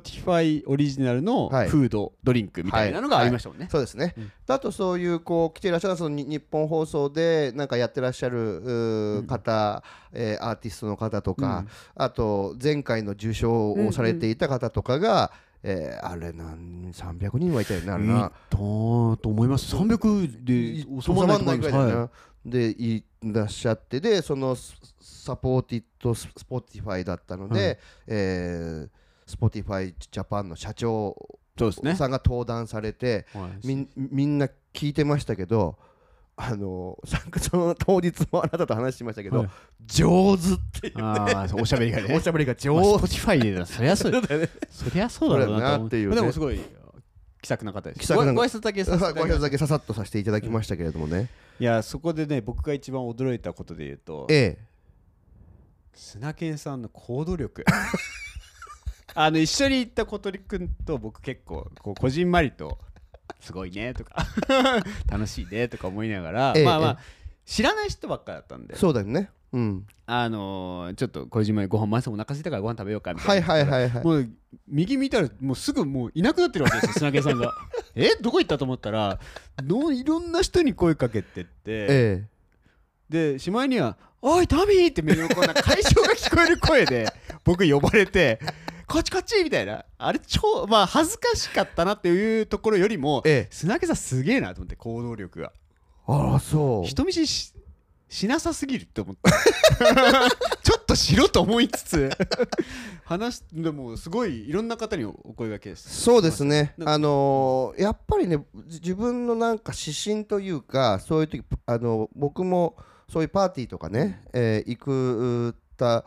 Spotify オリジナルの
はい
フードドリンクみたいなのがありましたもんね、
そうですね、
うん
あとそういうこう来ていらっしゃるそのに日本放送でなんかやってらっしゃるうー方、えーアーティストの方とか、あと前回の受賞をされていた方とかが、えーあれ何300人はいたよねあれな、
とと思います300で収まらない
収まら
と思います
ないぐらいだよなでいらっしゃってでそのスサポーティッドススポティファイだったので、
は
えースポティファイジャパンの社長
そうですね
さんが登壇されて、
はい
みんみんな聞いてましたけどあのさその当日もあなたと話しましたけど、
はい
上手っていう
ああおしゃべりがね
おしゃべりが上
まあ
手
Spotify でだそりゃそうだよねそりゃそうだろ
そう
うなと思
だよなっていうね
でもすごい気さくな方です
気さくな
ごご挨拶だけさせていただ
ご挨
きま
拶
す
だけささっとさせていただきましたけれどもね、
いやそこでね僕が一番驚いたことで言うと
え
砂犬さんの行動力 あの一緒に行った小鳥くんと僕結構こうこじんまりと「すごいね」とか 「楽しいね」とか思いながら、
ええ
まあま
え
あ知らない人ばっかだったんで
えそうだよねうん
あのーちょっとこじんまりご飯まさお腹空いたからご飯食べようかみた
はいい
な、
はいはいはい
もう右見たらもうすぐもういなくなってるわけですよ砂犬さん がえどこ行ったと思ったらのいろんな人に声かけてって、
え
でしまいには「おいタミー!」ってメールのこんな会場が聞こえる声で 僕呼ばれて「こっちこっち!」みたいなあれ超まあ恥ずかしかったなっていうところよりも
えええ
砂毛さんすげえなと思って行動力が
あらそう
人見知りししなさすぎるって思って ちょっとしろと思いつつ話しでもすごいいろんな方にお声掛けです
そうですね
なんか
あのーやっぱりねじ自分のなんか指針というかそういう時あの僕もそういうパーティーとかね、えー行くうーた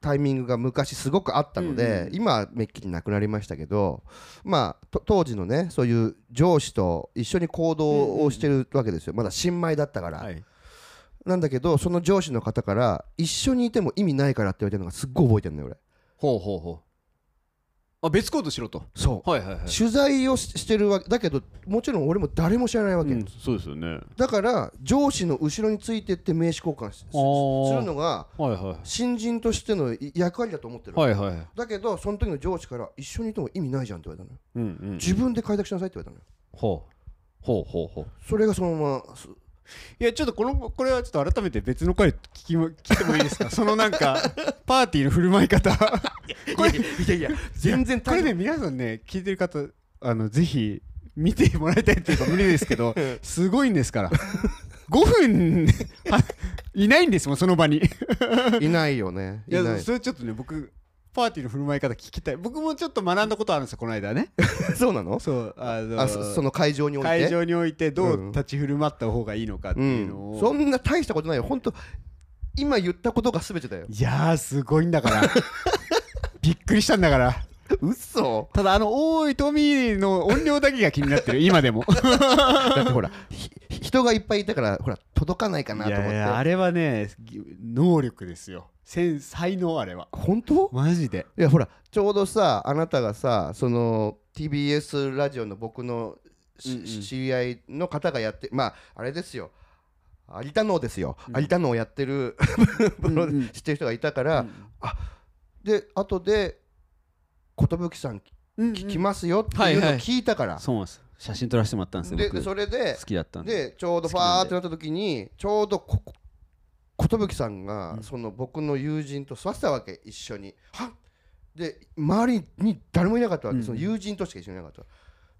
タイミングが昔すごくあったので、
うんうん
今はめっきりなくなりましたけどまあと当時のねそういう上司と一緒に行動をしてるわけですよまだ新米だったから、
はい
なんだけどその上司の方から一緒にいても意味ないからって言われてるのがすっごい覚えてるのよ俺
ほうほうほうあ別行動しろと
そう
はいはいはい
取材をししてるわけだけどもちろん俺も誰も知らないわけ、
うんそうですよね
だから上司の後ろについてって名刺交換しすする
あー
のが
はいはい
新人としてのい役割だと思ってる、
はいはい。
だけどその時の上司から一緒にいても意味ないじゃんって言われたのよ
うんうん。
自分で開拓しなさいって言われたのよ
ほう。ほうほうほう。
それがそのまます
いや、ちょっとこの、これはちょっと改めて別の回聞きも、 聞いてもいいですかそのなんか、パーティーの振る舞い方。これ、
いやいや全然
これね、皆さんね、聞いてる方、あの、ぜひ、見てもらいたいっていうか無理ですけど、すごいんですから。5分いないんですもん、その場に。
いないよね
い
いな
や、
い
それちょっとね、僕、パーティーの振る舞い方聞きたい。僕もちょっと学んだことあるんですよ、この間ね。
そうなの
そう、あの
あそその会場において
会場においてど
うん
う立ち振る舞った方がいいのかって
う
いうんのを、
そんな大したことないよ本当今言ったことが全てだよ
いやーすごいんだから びっくりしたんだから
嘘
ただあの「おーいトミー」の音量だけが気になってる今でも
だってほらひひ人がいっぱいいたからほら届かないかなと思って
あれはねぎ能力ですよセン才能あれは
本当
マジで
いやほらちょうどさあなたがさその TBS ラジオの僕のし、
うんうん
知り合いの方がやってまああれですよ有田能ですよ、有田能をやってる
うんうん
知ってる人がいたから、で後で寿さん聞き
ま
ますよっていうのを聞いたから、
そうなんです写真撮らせてもらったんですよ
で
僕
それで
好きだったんで
でちょうどファーってなった時にちょうどここ寿さんがその僕の友人と座ってたわけ一緒にはっで周りに誰もいなかったわけ、
うん
その友人としか一緒にいなかった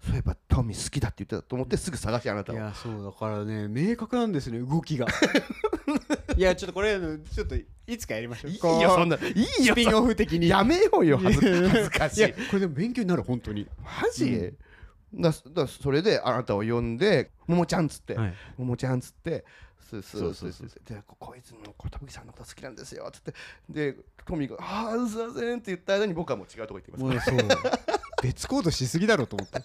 そういえばトミー好きだって言ってたと思ってすぐ探してあなた
い
を
やそうだからね明確なんですね動き がいやちょっとこれあのちょっといつかやりましょう
いい
こう
よそんないい
ス
よ
ピンオフ的に
やめようよ恥ず恥ずかしい
やこれでも勉強になる本当に
マジ、だだそれであなたを呼んで「ももちゃん」っつって、
はい
ももちゃんっつって、すす
そう
す
そう
す
そう
でここいつの小峠さんのこと好きなんですよっつって、で、トミーが、ああ、すいませんって言った間に僕はもう違うとこ行ってます。
もうそう別行動しすぎだろうと思って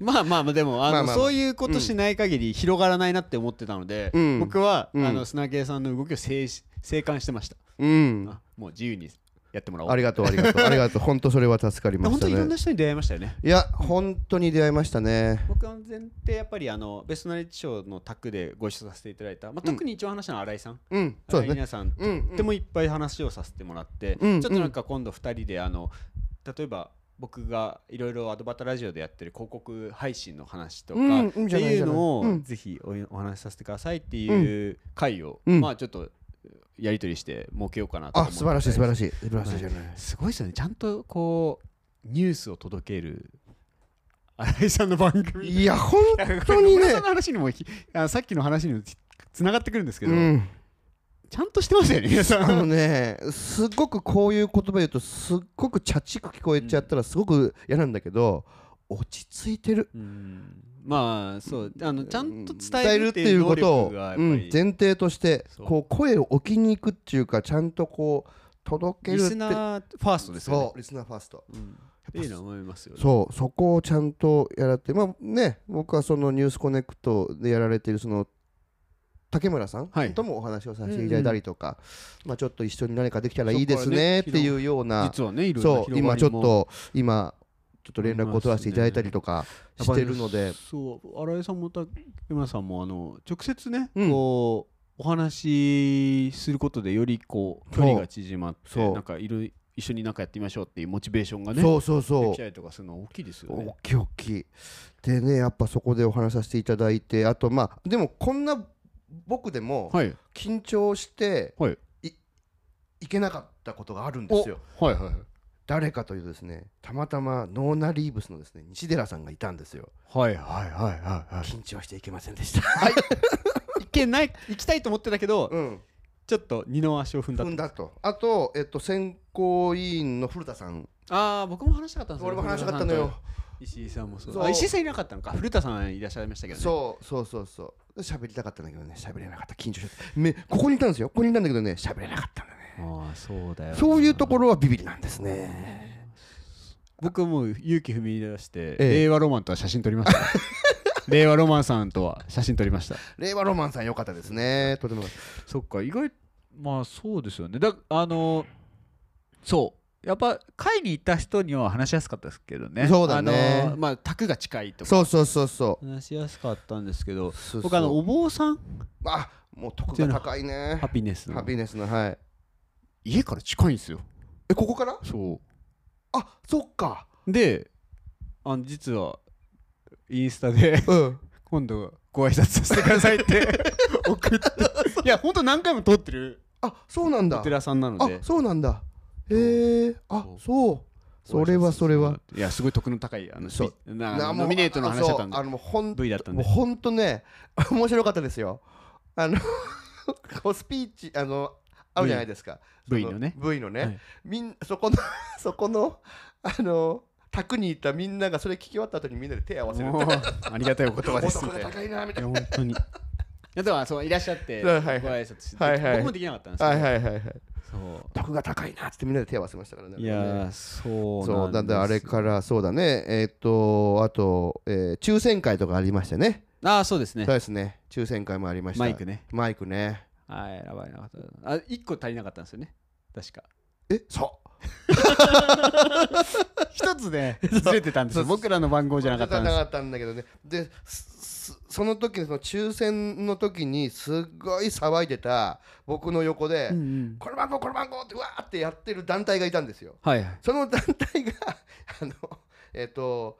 まあまあまあでも
ま
あの
あまあまあ
そういうことしない限り広がらないなって思ってたので、
うん
僕は、
うん
あの砂系さんの動きを静止静観してました、
うん。
あもう自由にやってもらおう
ありがとう、ありがとう、ありがとう、本当それは助かりま
本
し
当
た
にいろん
ね
な。人に出会いましたよね
いや、本当に出会いましたね。
僕は前提やっぱりあのベストナレッジ賞のタッグでご一緒させていただいた、まあ、特に一番話したのは新井さん、
うん、そう
新井
ですね。
皆さん
うん、
とってもいっぱい話をさせてもらって、
うん
ちょっとなんか今度2人であの例えば僕がいろいろアドバタラジオでやってる広告配信の話とか、
うん
っ
いいんじ
て
ゃない
いうの
いいんじゃないう
を
ん
ぜひおお話しさせてくださいっていう回を、
うん
まあちょっとやり取りして設けようかなと思
あ
って
素晴らしい素晴ら
し
しい素晴らしいじゃない、
すごいですよねちゃんとこうニュースを届ける新井さんの番組
いや本当に
野村
ね
さんの話にもひあさっきの話にもつながってくるんですけど、
うん
ちゃんとしてますよね皆さん
あのね、すっごくこういう言葉言うと、すっごくチャチく聞こえちゃったら、すごく嫌なんだけど、落ち着いてる。
うんまあそうあのちゃんと
伝
伝え
え
る
る
っ
ってて
い
いうう
能
ことを、
力がやっぱ
う
り、
ん、前提として
そう
こう声を置きに行くっていうかちゃんとこう届け
リ
るっ
ス
て
ナーファーストですよね
そうリスナーファースト
うん
ぱ
いいな思いますよね。
そうそこをちゃんとやられてまあね僕はその「ニュースコネクト」でやられてるその竹村さん
はい
ともお話をさせていただいたりとか、まあ、ちょっと一緒に何かできたらいいです
そこからね
ねっていうような
実はねいろいろな
そう
広がりも
今ちょっと今ちょっと連絡を取らせていただいたりとか
やっ
し
ぱり
てるので
そう新井さんも竹村さんもあの直接ね、
うん
こうお話しすることでよりこう距離が縮まって
そう
なんかいろい一緒になんかやってみましょうっていうモチベーションがね
そうそう
で
そ
き
う
たりとかするのは大きいですよね
大。きい大きいでねやっぱそこでお話しさせていただいてあとまあでもこんな僕でも
はい
緊張して
はい
いけなかったことがあるんですよ
はいはいはい
誰かというとですねたまたまノーナリーブスのですね西寺さんがいたんですよ
はいはいはいは
緊張していけませんでした
い。いけない行きたいと思ってたけど、
うん
ちょっと二の足を踏んだ
踏んだとあと、えっと、選考委員の古田さん
ああ僕も話したかったんですよ
俺も話したかったのよ
石井さんもそう
そう
あ石井さんいなかったのか古田さんいらっしゃいましたけどね
そうそうそうそう喋りたかったんだけどね喋れなかった緊張しちゃってめここにいたんですよここにいたんだけどね喋れなかったんだね
ああそうだよ
そういうところはビビりなんですね
僕もう勇気踏み出して、
ええ
令和ロマンとは写真撮り ました令和ロマンさんとは写真撮りました
令和ロマンさん良かったですねとても
そっか意外まあそうですよねだあのそうやっぱ会に行った人には話しやすかったですけどね
そうだね
あのまあ卓が近いとか
そうそうそうそう
話しやすかったんですけど
そうそう
僕あのお坊さん
あもう得が高いね
ハピネス
ハ
の
ピネスのはい
家から近いんですよ
えここから
そう
あそっか
であの実はインスタで
うん
今度ご挨拶させてくださいって 送っていや本当何回も撮ってる
あそうなん
お
だ
寺さんなの
あ
で
そうなんだへえあそうそれはそれはい
やすごい得の高いあの
そう
スピな
な
ノミネートの話だったん
そうあ
で
のもうほん
V だったん
もう
で
ほんとね 面白かったですよあの こうスピーチあのあるじゃないですか
V
そ
のね
V のね、
はい
みんそこの そこのあの宅にいたみんながそれ聞き終わった後にみんなで手合わせる
もうありがたいお言葉です
男
み
が
た
高い
いな
なみたい
いや本当にあとはそういらっしゃってご
は
挨
いはい
拶して
はいはい
僕もできなかったんです
なはいはい
け
はいはい
ど
徳が高いなっつってみんなで手を合わせましたからね
そういやーそう
そ
な
うんなんであれ
ら
からそうだねえーっとあと、えー抽選会とかありましたね
ああそうですね
そうですね抽選会もありました
マイクね
マイクね
あー選ばれなかったあ1個足りなかったんですよね確か
えそう
一つで ずれてたんですよ僕らの番号じゃなかったん
な
です
かったんだけどねですすその時その抽選の時にすごい騒いでた僕の横で、
うんうん
この番号この番号ってわーってやってる団体がいたんですよ
はいはい
その団体が あのえっ、と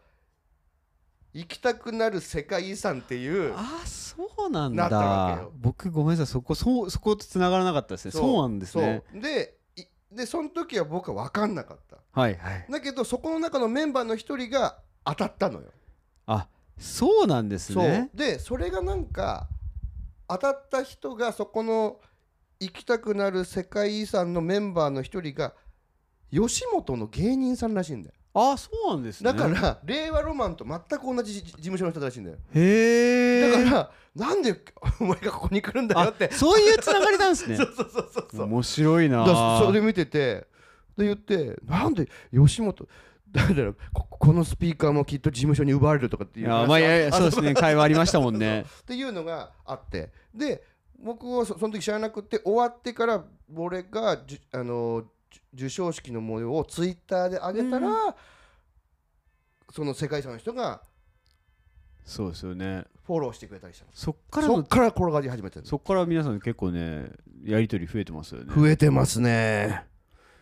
行きたくなる世界遺産っていう
ああそうなん
なったわけ
だ
よ
僕ごめんなさいそこそうそこと繋がらなかったですね
そう
そうなんですね
そうでいでその時は僕は分かんなかった
はいはい
だけどそこの中のメンバーの一人が当たったのよ
あそうなんですね
そうでそれがなんか当たった人がそこの行きたくなる世界遺産のメンバーの一人が吉本の芸人さんらしいんだよ
ああそうなんですね
だから、令和ロマンと全く同じ事事務所の人らしいんだよ
へ
だ
え
からなんで お前がここに来るんだよって
そういう繋がりなんですね
そうそうそうそうそう
面白いな
だからそれ見ててで言ってなんで吉本 だからここのスピーカーもきっと事務所に奪われるとかって
い
いう
やまあいやいや
あ
そうですね会話ありましたもんね
っていうのがあってで僕はそその時知らなくて終わってから俺がじゅあのじゅ授賞式の模様をツイッターで上げたら、その世界遺産の人が
そうですよね
フォローしてくれたりしたの
そっから
そ
の
っから転がり始めてる
そっから皆さん結構ねやりとり増えてますよね
増えてますね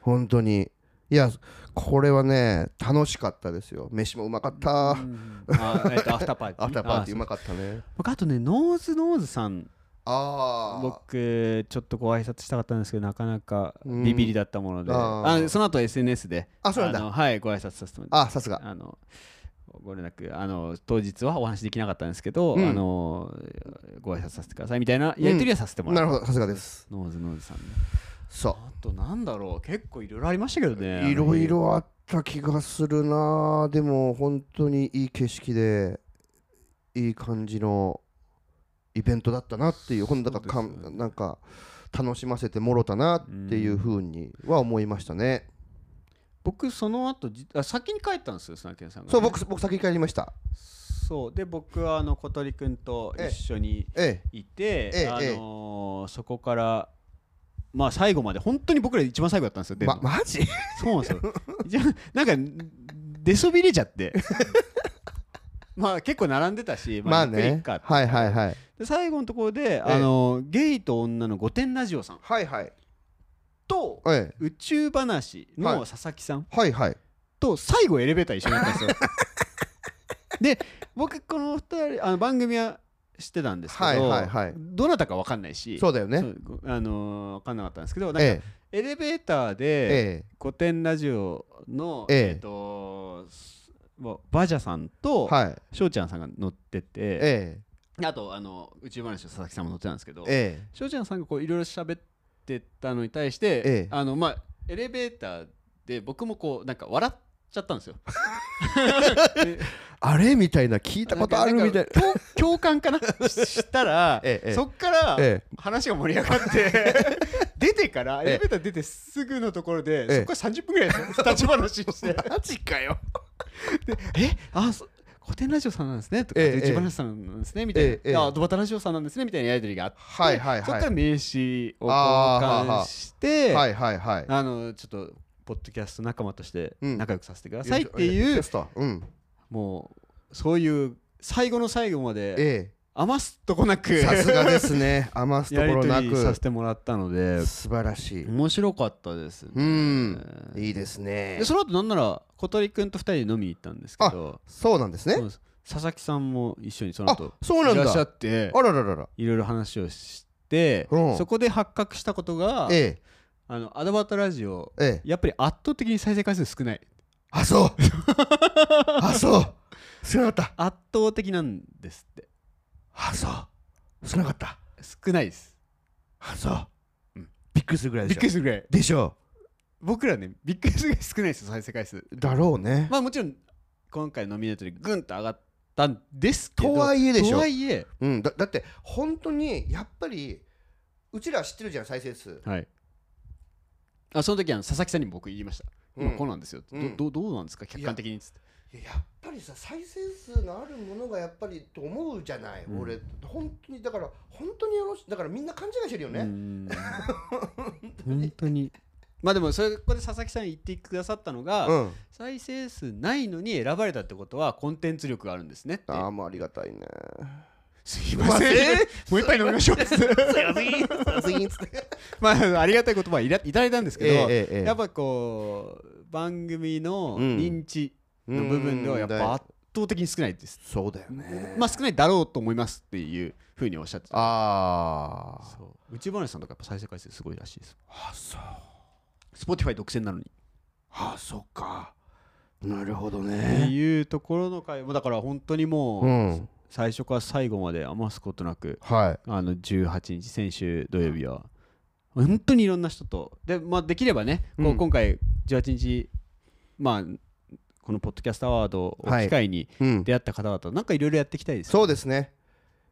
本当にいやこれはね楽しかったですよ飯もうまかった、
あえっとアフターパーティー
アフターパーティーう
あ
まかったね
そう僕あとねノーズノーズさん
ああ
僕ちょっとご挨拶したかったんですけどなかなか
うん
ビビりだったもので、
あー
あその後 SNS であ
あそうなんだ
のはいご挨拶させてもらって
あさすが
あのご連絡あの当日はお話できなかったんですけど、
うん
あのご挨拶させてくださいみたいなやり取りはさせても
な
ら
る
っ
ほどさすがです
た、ノーズノーズさんね
そ
あとなんだろう結構いろいろありましたけど
う
ね
いろいろあった気がするなでも本当にいい景色でいい感じのイベントだったなっていうほんとだからか
そうですよ
んなんか楽しませてもろたなっていうふうには思いましたね
僕その後じあ先に帰ったんですよ砂犬さんがね、
そう僕僕先帰りました
そうで僕はあの小鳥くんと一緒に
え
いて、
ええ
あのーそこからまあ最後まで本当に僕ら一番最後だったんですよ
え
出る
ま
の
マジ
そうなんですよじゃあなんか出そびれちゃって まあ結構並んでたし
まあ
ゆっくり行
ね
くかって
はいはいはい
で最後のところで、あのーゲイと女の御殿ラジオさん
はいはい
と
ええ
宇宙話
はい
の佐々木さん
はいはい
と最後エレベーター一緒になったんで すよで僕この二人あの番組は知ってたんですけど、
はいはいはい
どなたか分かんないし
そうだよ
そ
ね
うごあのー分かんなかったんですけどなんか
え
エレベーター
え
で
え
「古典ラジオの」
ええ
えーとすもうバジャさん
え
と
はい
翔ちゃんさんが乗ってて
え
あとあの宇宙話の佐々木さんも乗ってたんですけど
ええ
翔ちゃんさんがこういろいろ喋ってたのに対して、
ええ
あのまあエレベーターで僕もこうなんか笑っちゃったんで すよ。
えあれみたいな聞いたことあるみたいな
なんか共感かなしたら、
ええええ
そっから、
ええ
話が盛り上がって 出てからエ
ええ
レベーター出てすぐのところで、
ええ
そこから30分ぐらい立ち話して
マジかよ
えあそ古典ラジオさんなんですねとか、
ええ
で
ええ
千葉ラジオさんなんですねみたいな、
ええええ
あドバタラジオさんなんですねみたいなやり取りがあって、
はいはいはい
そっから名刺を
あー
交
はあは
換
あ
して
はいはいはい
あのちょっとポッドキャスト仲間として
うん
仲良くさせてくださいっていう、
テストうん
もうそういう最後の最後まで
え
余すとこなく
えさすがですね余すと
や
こ
り
ろな
取りさ
く
せてもらったので
素晴らしい
面白かったですね、
うんいいですね
でその後なんなら小鳥くんと二人で飲みに行ったんですけど
そうなんです
そう
ね
です佐々木さんも一緒にその
あ
後
そうないん
らっし
だ
ゃって
あらららら
いろいろ話をして
うん
そこで発覚したことが
え
あのアドバタラジオ
えええ
やっぱり圧倒的に再生回数少ない
あそうあ そう少なかった
圧倒的なんですって
あそう少なかった
少ないです
あそう
うん
びっくりするぐらい
びっ
で
くり
しょ
するぐらい
でしょ
僕らねびっくりするぐらい少ないですよ再生回数
うだろうね
まあもちろん今回ノミネートでグンと上がったんですけど
とはいえでしょ
とはいえ
うんだだって本当にやっぱりうちら知ってるじゃん再生数
はいあその時あの佐々木さんにも僕言いました、
うん
今こうなんですよ、
うん
どどどうなんですか客観的にっつって
いややっぱりさ再生数のあるものがやっぱりと思うじゃない、
うん
俺本当にだから本当によろしだからみんな勘違いしてるよね、
うーん本当に まあでもそれここで佐々木さん言ってくださったのが、
うん
再生数ないのに選ばれたってことはコンテンツ力があるんですねって
ああもうありがたいね
すいません もう一杯飲みましょう っつって
すいませんすいませんっつって
まあ、ありがたい言葉いらいただいたんですけど、
ええええ
やっぱこう番組の
うん
認知の部分ではやっぱ圧倒的に少ないです、
そうだよね
まあ少ないだろうと思いますっていうふうにおっしゃってた
あー
そう内村さんとかやっぱ再生回数すごいらしいです
あそう
Spotify 独占なのに
あそっかなるほど
って
ね
いうところの回もだから本当にもう、
うん
最初から最後まで余すことなく
はい
あの18日先週土曜日は本当にいろんな人とで,、まあ、できればね、こう
うん
今回18日、まあ、このポッドキャストアワードを機会に
うん
出会った方々となんかいろいろやっていきたいです、
そうですね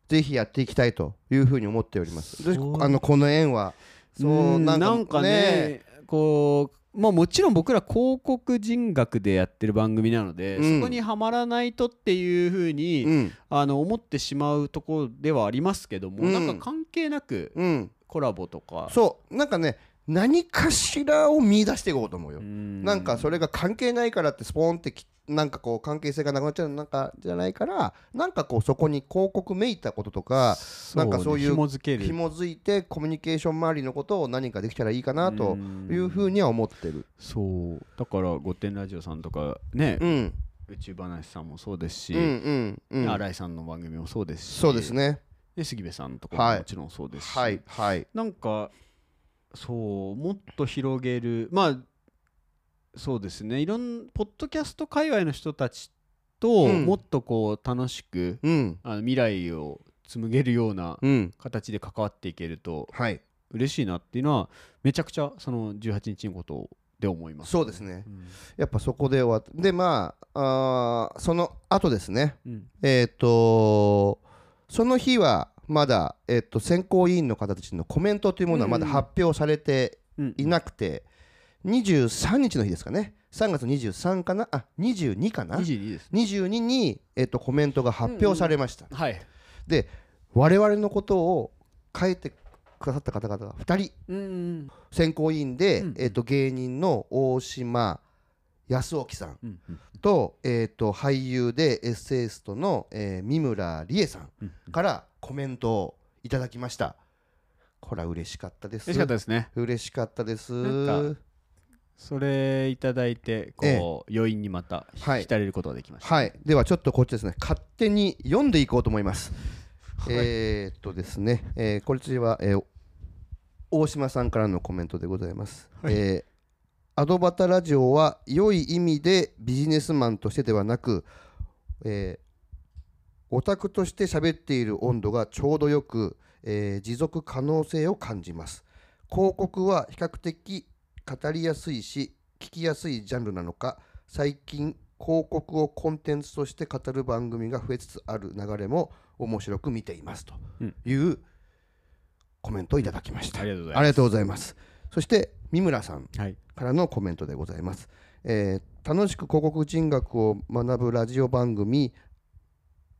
ぜひやっていきたいというふうに思っておりますで
そう
あのこの縁は
うんなんかねこう、まあ、もちろん僕ら広告人学でやってる番組なので、
うん
そこにはまらないとっていうふうに、
うん
あの思ってしまうところではありますけども、
うん
なんか関係なく
うん
コラボとか
そうなんかね何かしらを見出していこうと思うよ、な
な
んかそれが関係ないからってスポーンってきなんかこう関係性がなくなっちゃうなんかじゃないからなんかこうそこに広告めいたこととかなんかそういう
紐付ける
紐づいてコミュニケーション周りのことを何かできたらいいかなというふうには思ってる。
そうだから「御殿ラジオ」さんとかね、
うん、
宇宙話さんもそうですし、
うん、うん、うん、
新井さんの番組もそうですし
そうですね。
で杉部さんのとこ
は
も
い
もちろんそうですし、
はい、はい、
なんかそうもっと広げるまあそうですねいろんポッドキャスト界隈の人たちと、
うん
もっとこう楽しく
うん、
あの未来を紡げるような
うん、
形で関わっていけると
はい、
嬉しいなっていうのはめちゃくちゃその18日のことで思います、
そうですね
う。ん
やっぱそこで終わって、で、まあ、あーその後ですね。
うん
えっ、とその日はまだ、えっと選考委員の方たちのコメントというものはまだ
うん
発表されて
うん
いなくて、23日の日ですかね3月23かなあ22かな
22です
22に、えっとコメントが発表されました、
はい
で我々のことを書いてくださった方々が2人
うん
選考委員で、
うん
えっと芸人の大島康興さん
うん
と,、えー、と俳優でエッセイストの、えー三村理恵さん
うん
からコメントをいただきましたこれは嬉しかったです
嬉しかったですね
嬉しかったです
なんそれいただいてこう余韻にまた
はい
浸れることができました
はいではちょっとこっちですね勝手に読んでいこうと思います、
はい
えーっとですね、えーこちらは、えー大島さんからのコメントでございます、
はい
えーアドバタラジオは良い意味でビジネスマンとしてではなく、えーオタクとして喋っている温度がちょうどよく、えー持続可能性を感じます広告は比較的語りやすいし聞きやすいジャンルなのか最近広告をコンテンツとして語る番組が増えつつある流れも面白く見ていますというコメントをいただきました、
ありがとうございます
ありがとうございますそして三村さん
はい
からのコメントでございます、えー楽しく広告人学を学ぶラジオ番組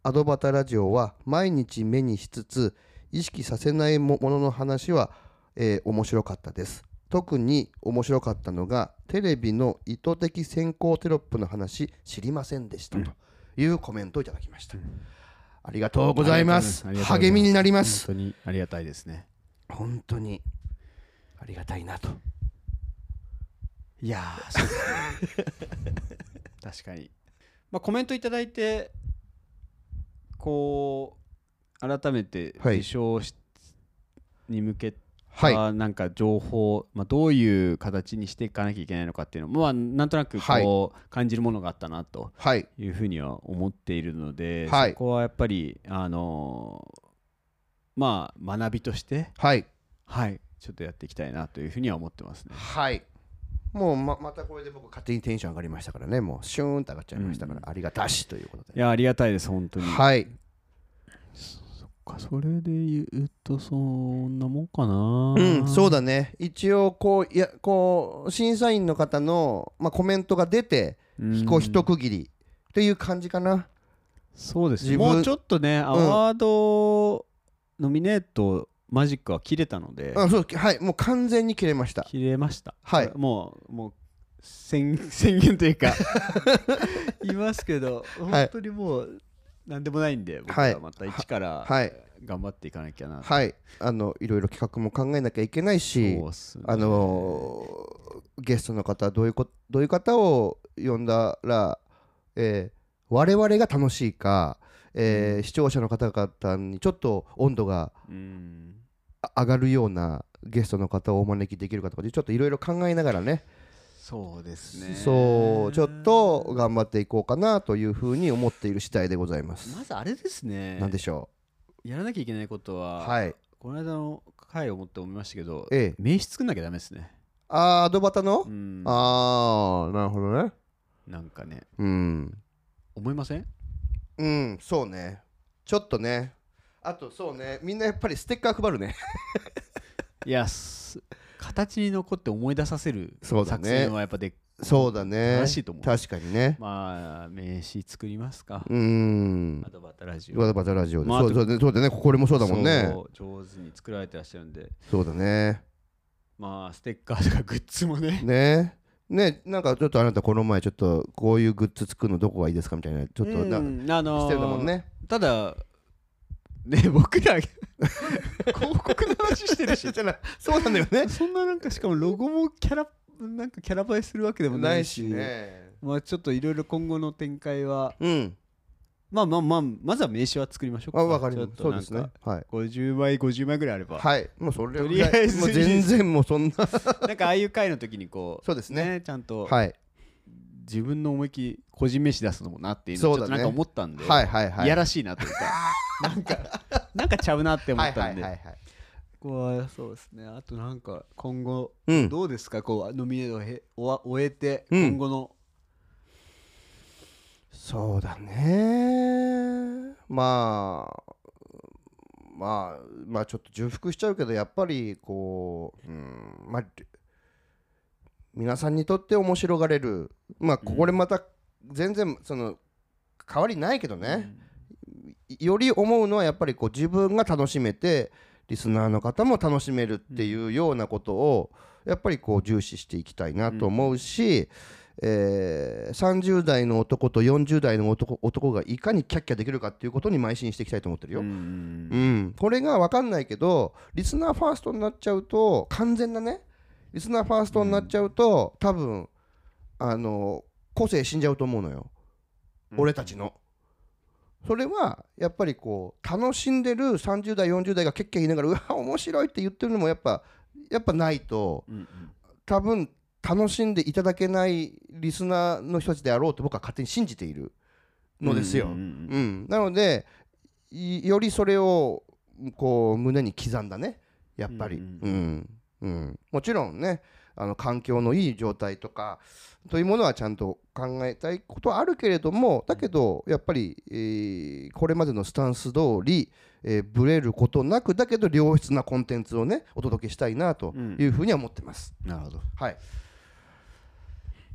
アドバタラジオは毎日目にしつつ意識させないもものの話は、えー面白かったです特に面白かったのがテレビの意図的先行テロップの話知りませんでしたというコメントをいただきました、ありがとうございます
ありがとうございます
励みになりま
本
す
当にありがたいですね
本当にありがたいなと
いやーそうです ね確かに、まあ、コメントいただいてこう改めて
はい
受賞し、に向け
はい
たなんか情報、まあ、どういう形にしていかなきゃいけないのかっていうのも、まあ、なんとなくこう感じるものがあったなと
はい
いうふうには思っているので、
はい
そこはやっぱり、あのーまあ、学びとして、
はい
はい、ちょっとやっていきたいなというふうには思ってますね。
はいもうままたこれで僕勝手にテンション上がりましたからねもうシューンと上がっちゃいましたから、
う
ありがたしということ
い
で
やありがたいです本当に。
はい
かそれで言うとそんなもんかな
うん、そうだね一応こういやこう審査員の方の、まあ、コメントが出て、
うん
こう一区切りという感じかな
そうですね
自分
もうちょっとねアワード、ノミネートマジックは切れたので、
あそうはいもう完全に切れました
切れました
はい
もうもう宣 宣言とい うか言いますけど
はい
本当にもう何でもないんで僕
はい
はまた一から
はい
頑張っていかなきゃな、
はいあのいろいろ企画も考えなきゃいけないし
そうっすね
あのーゲストの方どういうこどういう方を呼んだら、えー我々が楽しいか、えー視聴者の方々にちょっと温度が
うん
上がるようなゲストの方をお招きできるかとかちょっといろいろ考えながらね
そうですね
そうちょっと頑張っていこうかなというふうに思っている次第でございます。
まずあれですね
なんでしょ
やらなきゃいけないこと
う
は、
はい
この間の回をもって思いましたけど、
ええ
名刺作んなきゃダメですね。
あーアドバタの、
うん、
ああなるほどね
なんかね、
うん
思いません
うんそうねちょっとねあとそうねみんなやっぱりステッカー配るね
いや、す形に残って思い出させる
そうだね
作戦はやっぱで、
そうだね
正しいと思う
確かにね
まあ、名刺作りますか。
うーん
アドバタラジオ。
わざわざラジオで、
まあ
そうそうそうだねこれもそうだもんね
そう上手に作られてらっしゃるんで、
そうだね
まあステッカーとかグッズもね
ねねなんかちょっとあなたこの前ちょっとこういうグッズ作るのどこがいいですかみたいなちょっとな、
うんあのー
してるんだもんね
ただね僕ら 広告の話してるし
そうなんだよね
そんななんかしかもロゴもキャラなんかキャラ映えするわけでもな
ないい
し
しね
まあちょっといろいろ今後の展開は
うん
まあまあまあまずは名刺は作りましょうか
あわかり
ち
ま
ょっ
す
と
そう
なん
で
か
すねはい
50枚50枚ぐらいあれば
はいもうそれぐ
とりあ
ら
え
い
ず
もう全然もうそんな
なんかああいう回の時にこう
そうですね
ちゃんと
はい
自分の思いっきり個人飯出すのもなっていうのを
そう
ちょっ
だね
となんか思ったんで
はいはいはい
いやらしいなという かなんかなんかちゃうなって思
は
っ
いは
た
い
ん
はいは
で
い
ここはそうですねあとなんか今後
うん
どうですかこうノミネートをへ終わ終えて
うん
今後の
そうだねまあまあまあちょっと重複しちゃうけどやっぱりこう、うんまあ、皆さんにとって面白がれるまあこれまた全然その変わりないけどね、より思うのはやっぱりこう自分が楽しめてリスナーの方も楽しめるっていうようなことをやっぱりこう重視していきたいなと思うし、えー30代の男と40代の男男がいかにキャッキャできるかっていうことに邁進していきたいと思ってるよ。
う
うん
ん
これが分かんないけどリスナーファーストになっちゃうと完全なねリスナーファーストになっちゃうと、多分あの個性死んじゃうと思うのよ、俺たちの。それはやっぱりこう楽しんでる30代40代がキャッキャ言いながら「うわ面白い」って言ってるのもやっぱやっぱないと
うんうん
多分楽しんでいただけないリスナーの人たちであろうと僕は勝手に信じているのですよ。
うんうんうん
うんなのでいよりそれをこう胸に刻んだねやっぱり、
う
うんんうんもちろんねあの環境のいい状態とかというものはちゃんと考えたいことはあるけれどもだけどやっぱり、えーこれまでのスタンス通り、えーブレることなくだけど良質なコンテンツをねお届けしたいなというふうには思ってます。
なるほど
はい、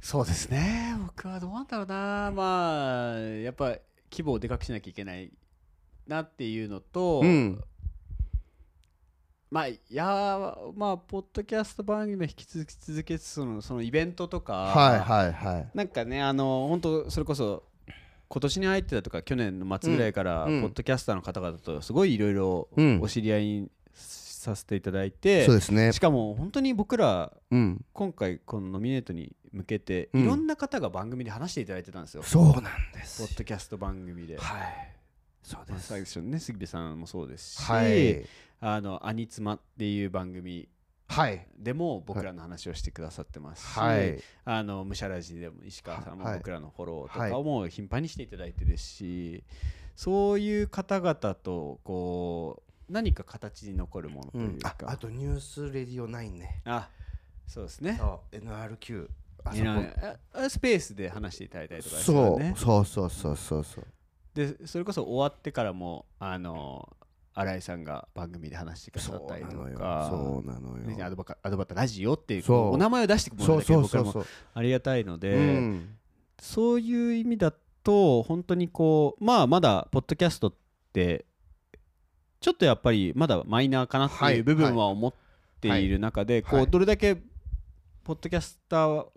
そうですね僕はどうなんだろうなまあやっぱ規模をでかくしなきゃいけないなっていうのと、
うん
まあいやまあポッドキャスト番組は引き続き続けつつそのそのイベントとか、
はいはいはい
なんかねあの本当それこそ今年に入ってたとか去年の末ぐらいから、
うんうん
ポッドキャスターの方々とすごいいろいろ
うん
お知り合いにさせていただいて
そう、ですね
しかも本当に僕ら
うん
今回このノミネートに向けて
うん
いろんな方が番組で話していただいてたんですよ、
そうなんです
ポッドキャスト番組で。
はいそう
まあ
です
最初のね杉部さんもそうですし、
はい
あの「アニツマ」っていう番組
はい
でも僕らの話をしてくださってますし、
はい
あのむしゃらじでも石川さんも
はい
僕らのフォローとかをもう頻繁にしていただいてるし、そういう方々とこう何か形に残るものと
う
いうんか
あ、あとニュースレディオ9ね
あそうですね
そう NRQ あ
いろんなあスペースで話していただいたりとかですから
そ
ね
うそうそうそうそうそう
でそれこそ終わってからもあの新井さんが番組で話してくださ
そ
った
う
り
な
と
のよ
か
そうなの
ねアド
よ
バカアドバタラジオっていう
そう
こうお名前を出してくもら
そう
だけ
そう
僕
そ
ら
う
も
そう
ありがたいので、
うん
そういう意味だと本当にこうまあまだポッドキャストってちょっとやっぱりまだマイナーかなって
はいいう
部分は思っている中で、
はい
こうどれだけポッドキャスター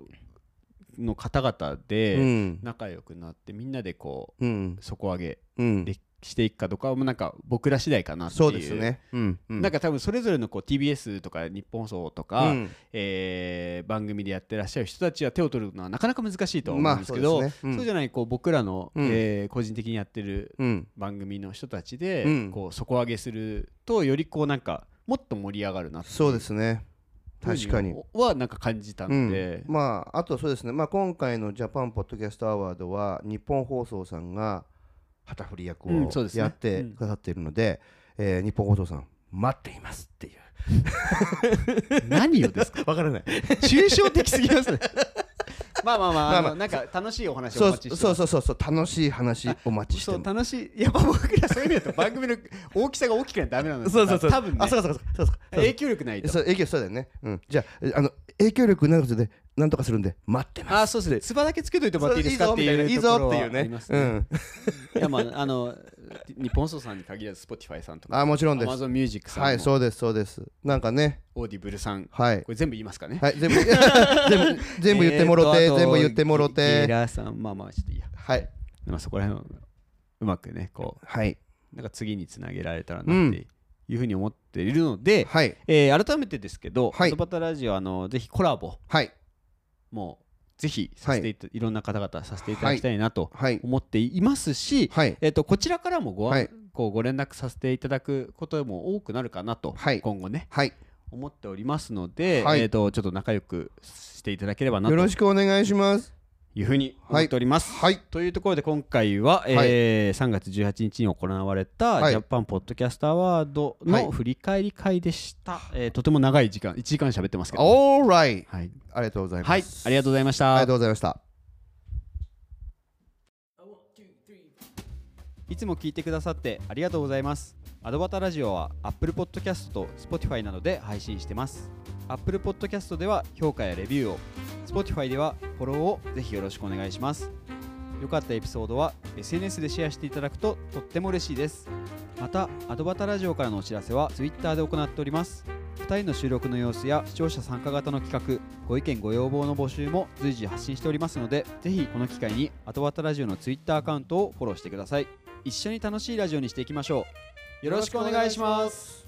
の方々
う
で
ん
仲良くなってみんなでこ
うん
う底上げ
うん
でしていくかどうかはもうなんか僕ら次第かなっていう
そうですねうんうん
なんか多分それぞれのこう TBS とか日本放送とか、
うん
えー番組でやってらっしゃる人たちは手を取るのはなかなか難しいとは思
ま
う
あ
んですけど、
そう
そう
ですねうん
じゃないこう僕らの、
うん
えー個人的にやってる
うん
番組の人たちで、
うん
こう底上げするとよりこうなんかもっと盛り上がるなってい
そうですね確かに
ふうはなんか感じたんで、
まああとそうですね、まあ、今回のジャパンポッドキャストアワードは日本放送さんが旗振り役
うん
を
そうですね
やってくださっているので、えー日本放送さん待っていますっていう
何をですか
わからない
抽象的すぎますね まあまあまあ,あの、
まあまあ
なんか楽しいお話を
そう
お待ちしてます
そうそうそうそう楽しい話お待ちして
そう
ます
楽しいいやっぱ僕らそういう意味だと番組の大きさが大きくないとダメなんですよ多分ね
あそうかそうかそうかそうか
影響力ないと
そう影響そうだよね、うん、じゃあえあの影響力なくてでなんとかするんで待ってます
あそうですねつばだけつけといてもらっていいですかっていう
いい
と
ぞ
ころ
み
は
たいない
あ
い
り
ぞ
ま
っ
す
ていうね
いやまああの日本総さんに限らず Spotify さんと
うんあ
か
もちろんです
Amazon Music さんも、
はいそうですそうですなんかね
オーディブルさん
はい
これ全部言いますかね、
はい全部 全部全部言ってもろて
えーとあと
全部言ってもろ
ゲゲ
て
ラさんまあまあちょっといいや
はい
まあそこら辺をうまくねこ
はい
なんか次につなげられたらなっていうふうに思っているので、
はい
えー改めてですけど、
はい
ドバタラジオあのぜひコラボ
はい
もぜひさせていた、い、ろんな方々させていただきたいなと
はい
思っていますし、
はい
えー、とこちらからもご,、
はい
こうご連絡させていただくことも多くなるかなと、
はい
今後ね
はい
思っておりますので、
はい
えー、とちょっと仲良くしていただければな
よ
と
ろしくお願いします
いうふうに思っております。
はい
というところで今回は、えー3月18日に行われた、
はい
ジャパンポッドキャストアワード
はい
の振り返り会でした、えーとても長い時間1時間喋ってますけど、
All right
はい、
ありがとうございます
はい、ありがとうございまし
あ
た
りがとうございました
いつも聞いてくださってありがとうございます。アドバタラジオは Apple Podcast と Spotify などで配信してます。Apple Podcast では評価やレビューを、Spotify ではフォローをぜひよろしくお願いします。良かったエピソードは SNS でシェアしていただくととっても嬉しいです。また、アドバタラジオからのお知らせは Twitter で行っております。2人の収録の様子や視聴者参加型の企画、ご意見ご要望の募集も随時発信しておりますので、ぜひこの機会にアドバタラジオの Twitter アカウントをフォローしてください。一緒に楽しいラジオにしていきましょうよろしくお願いします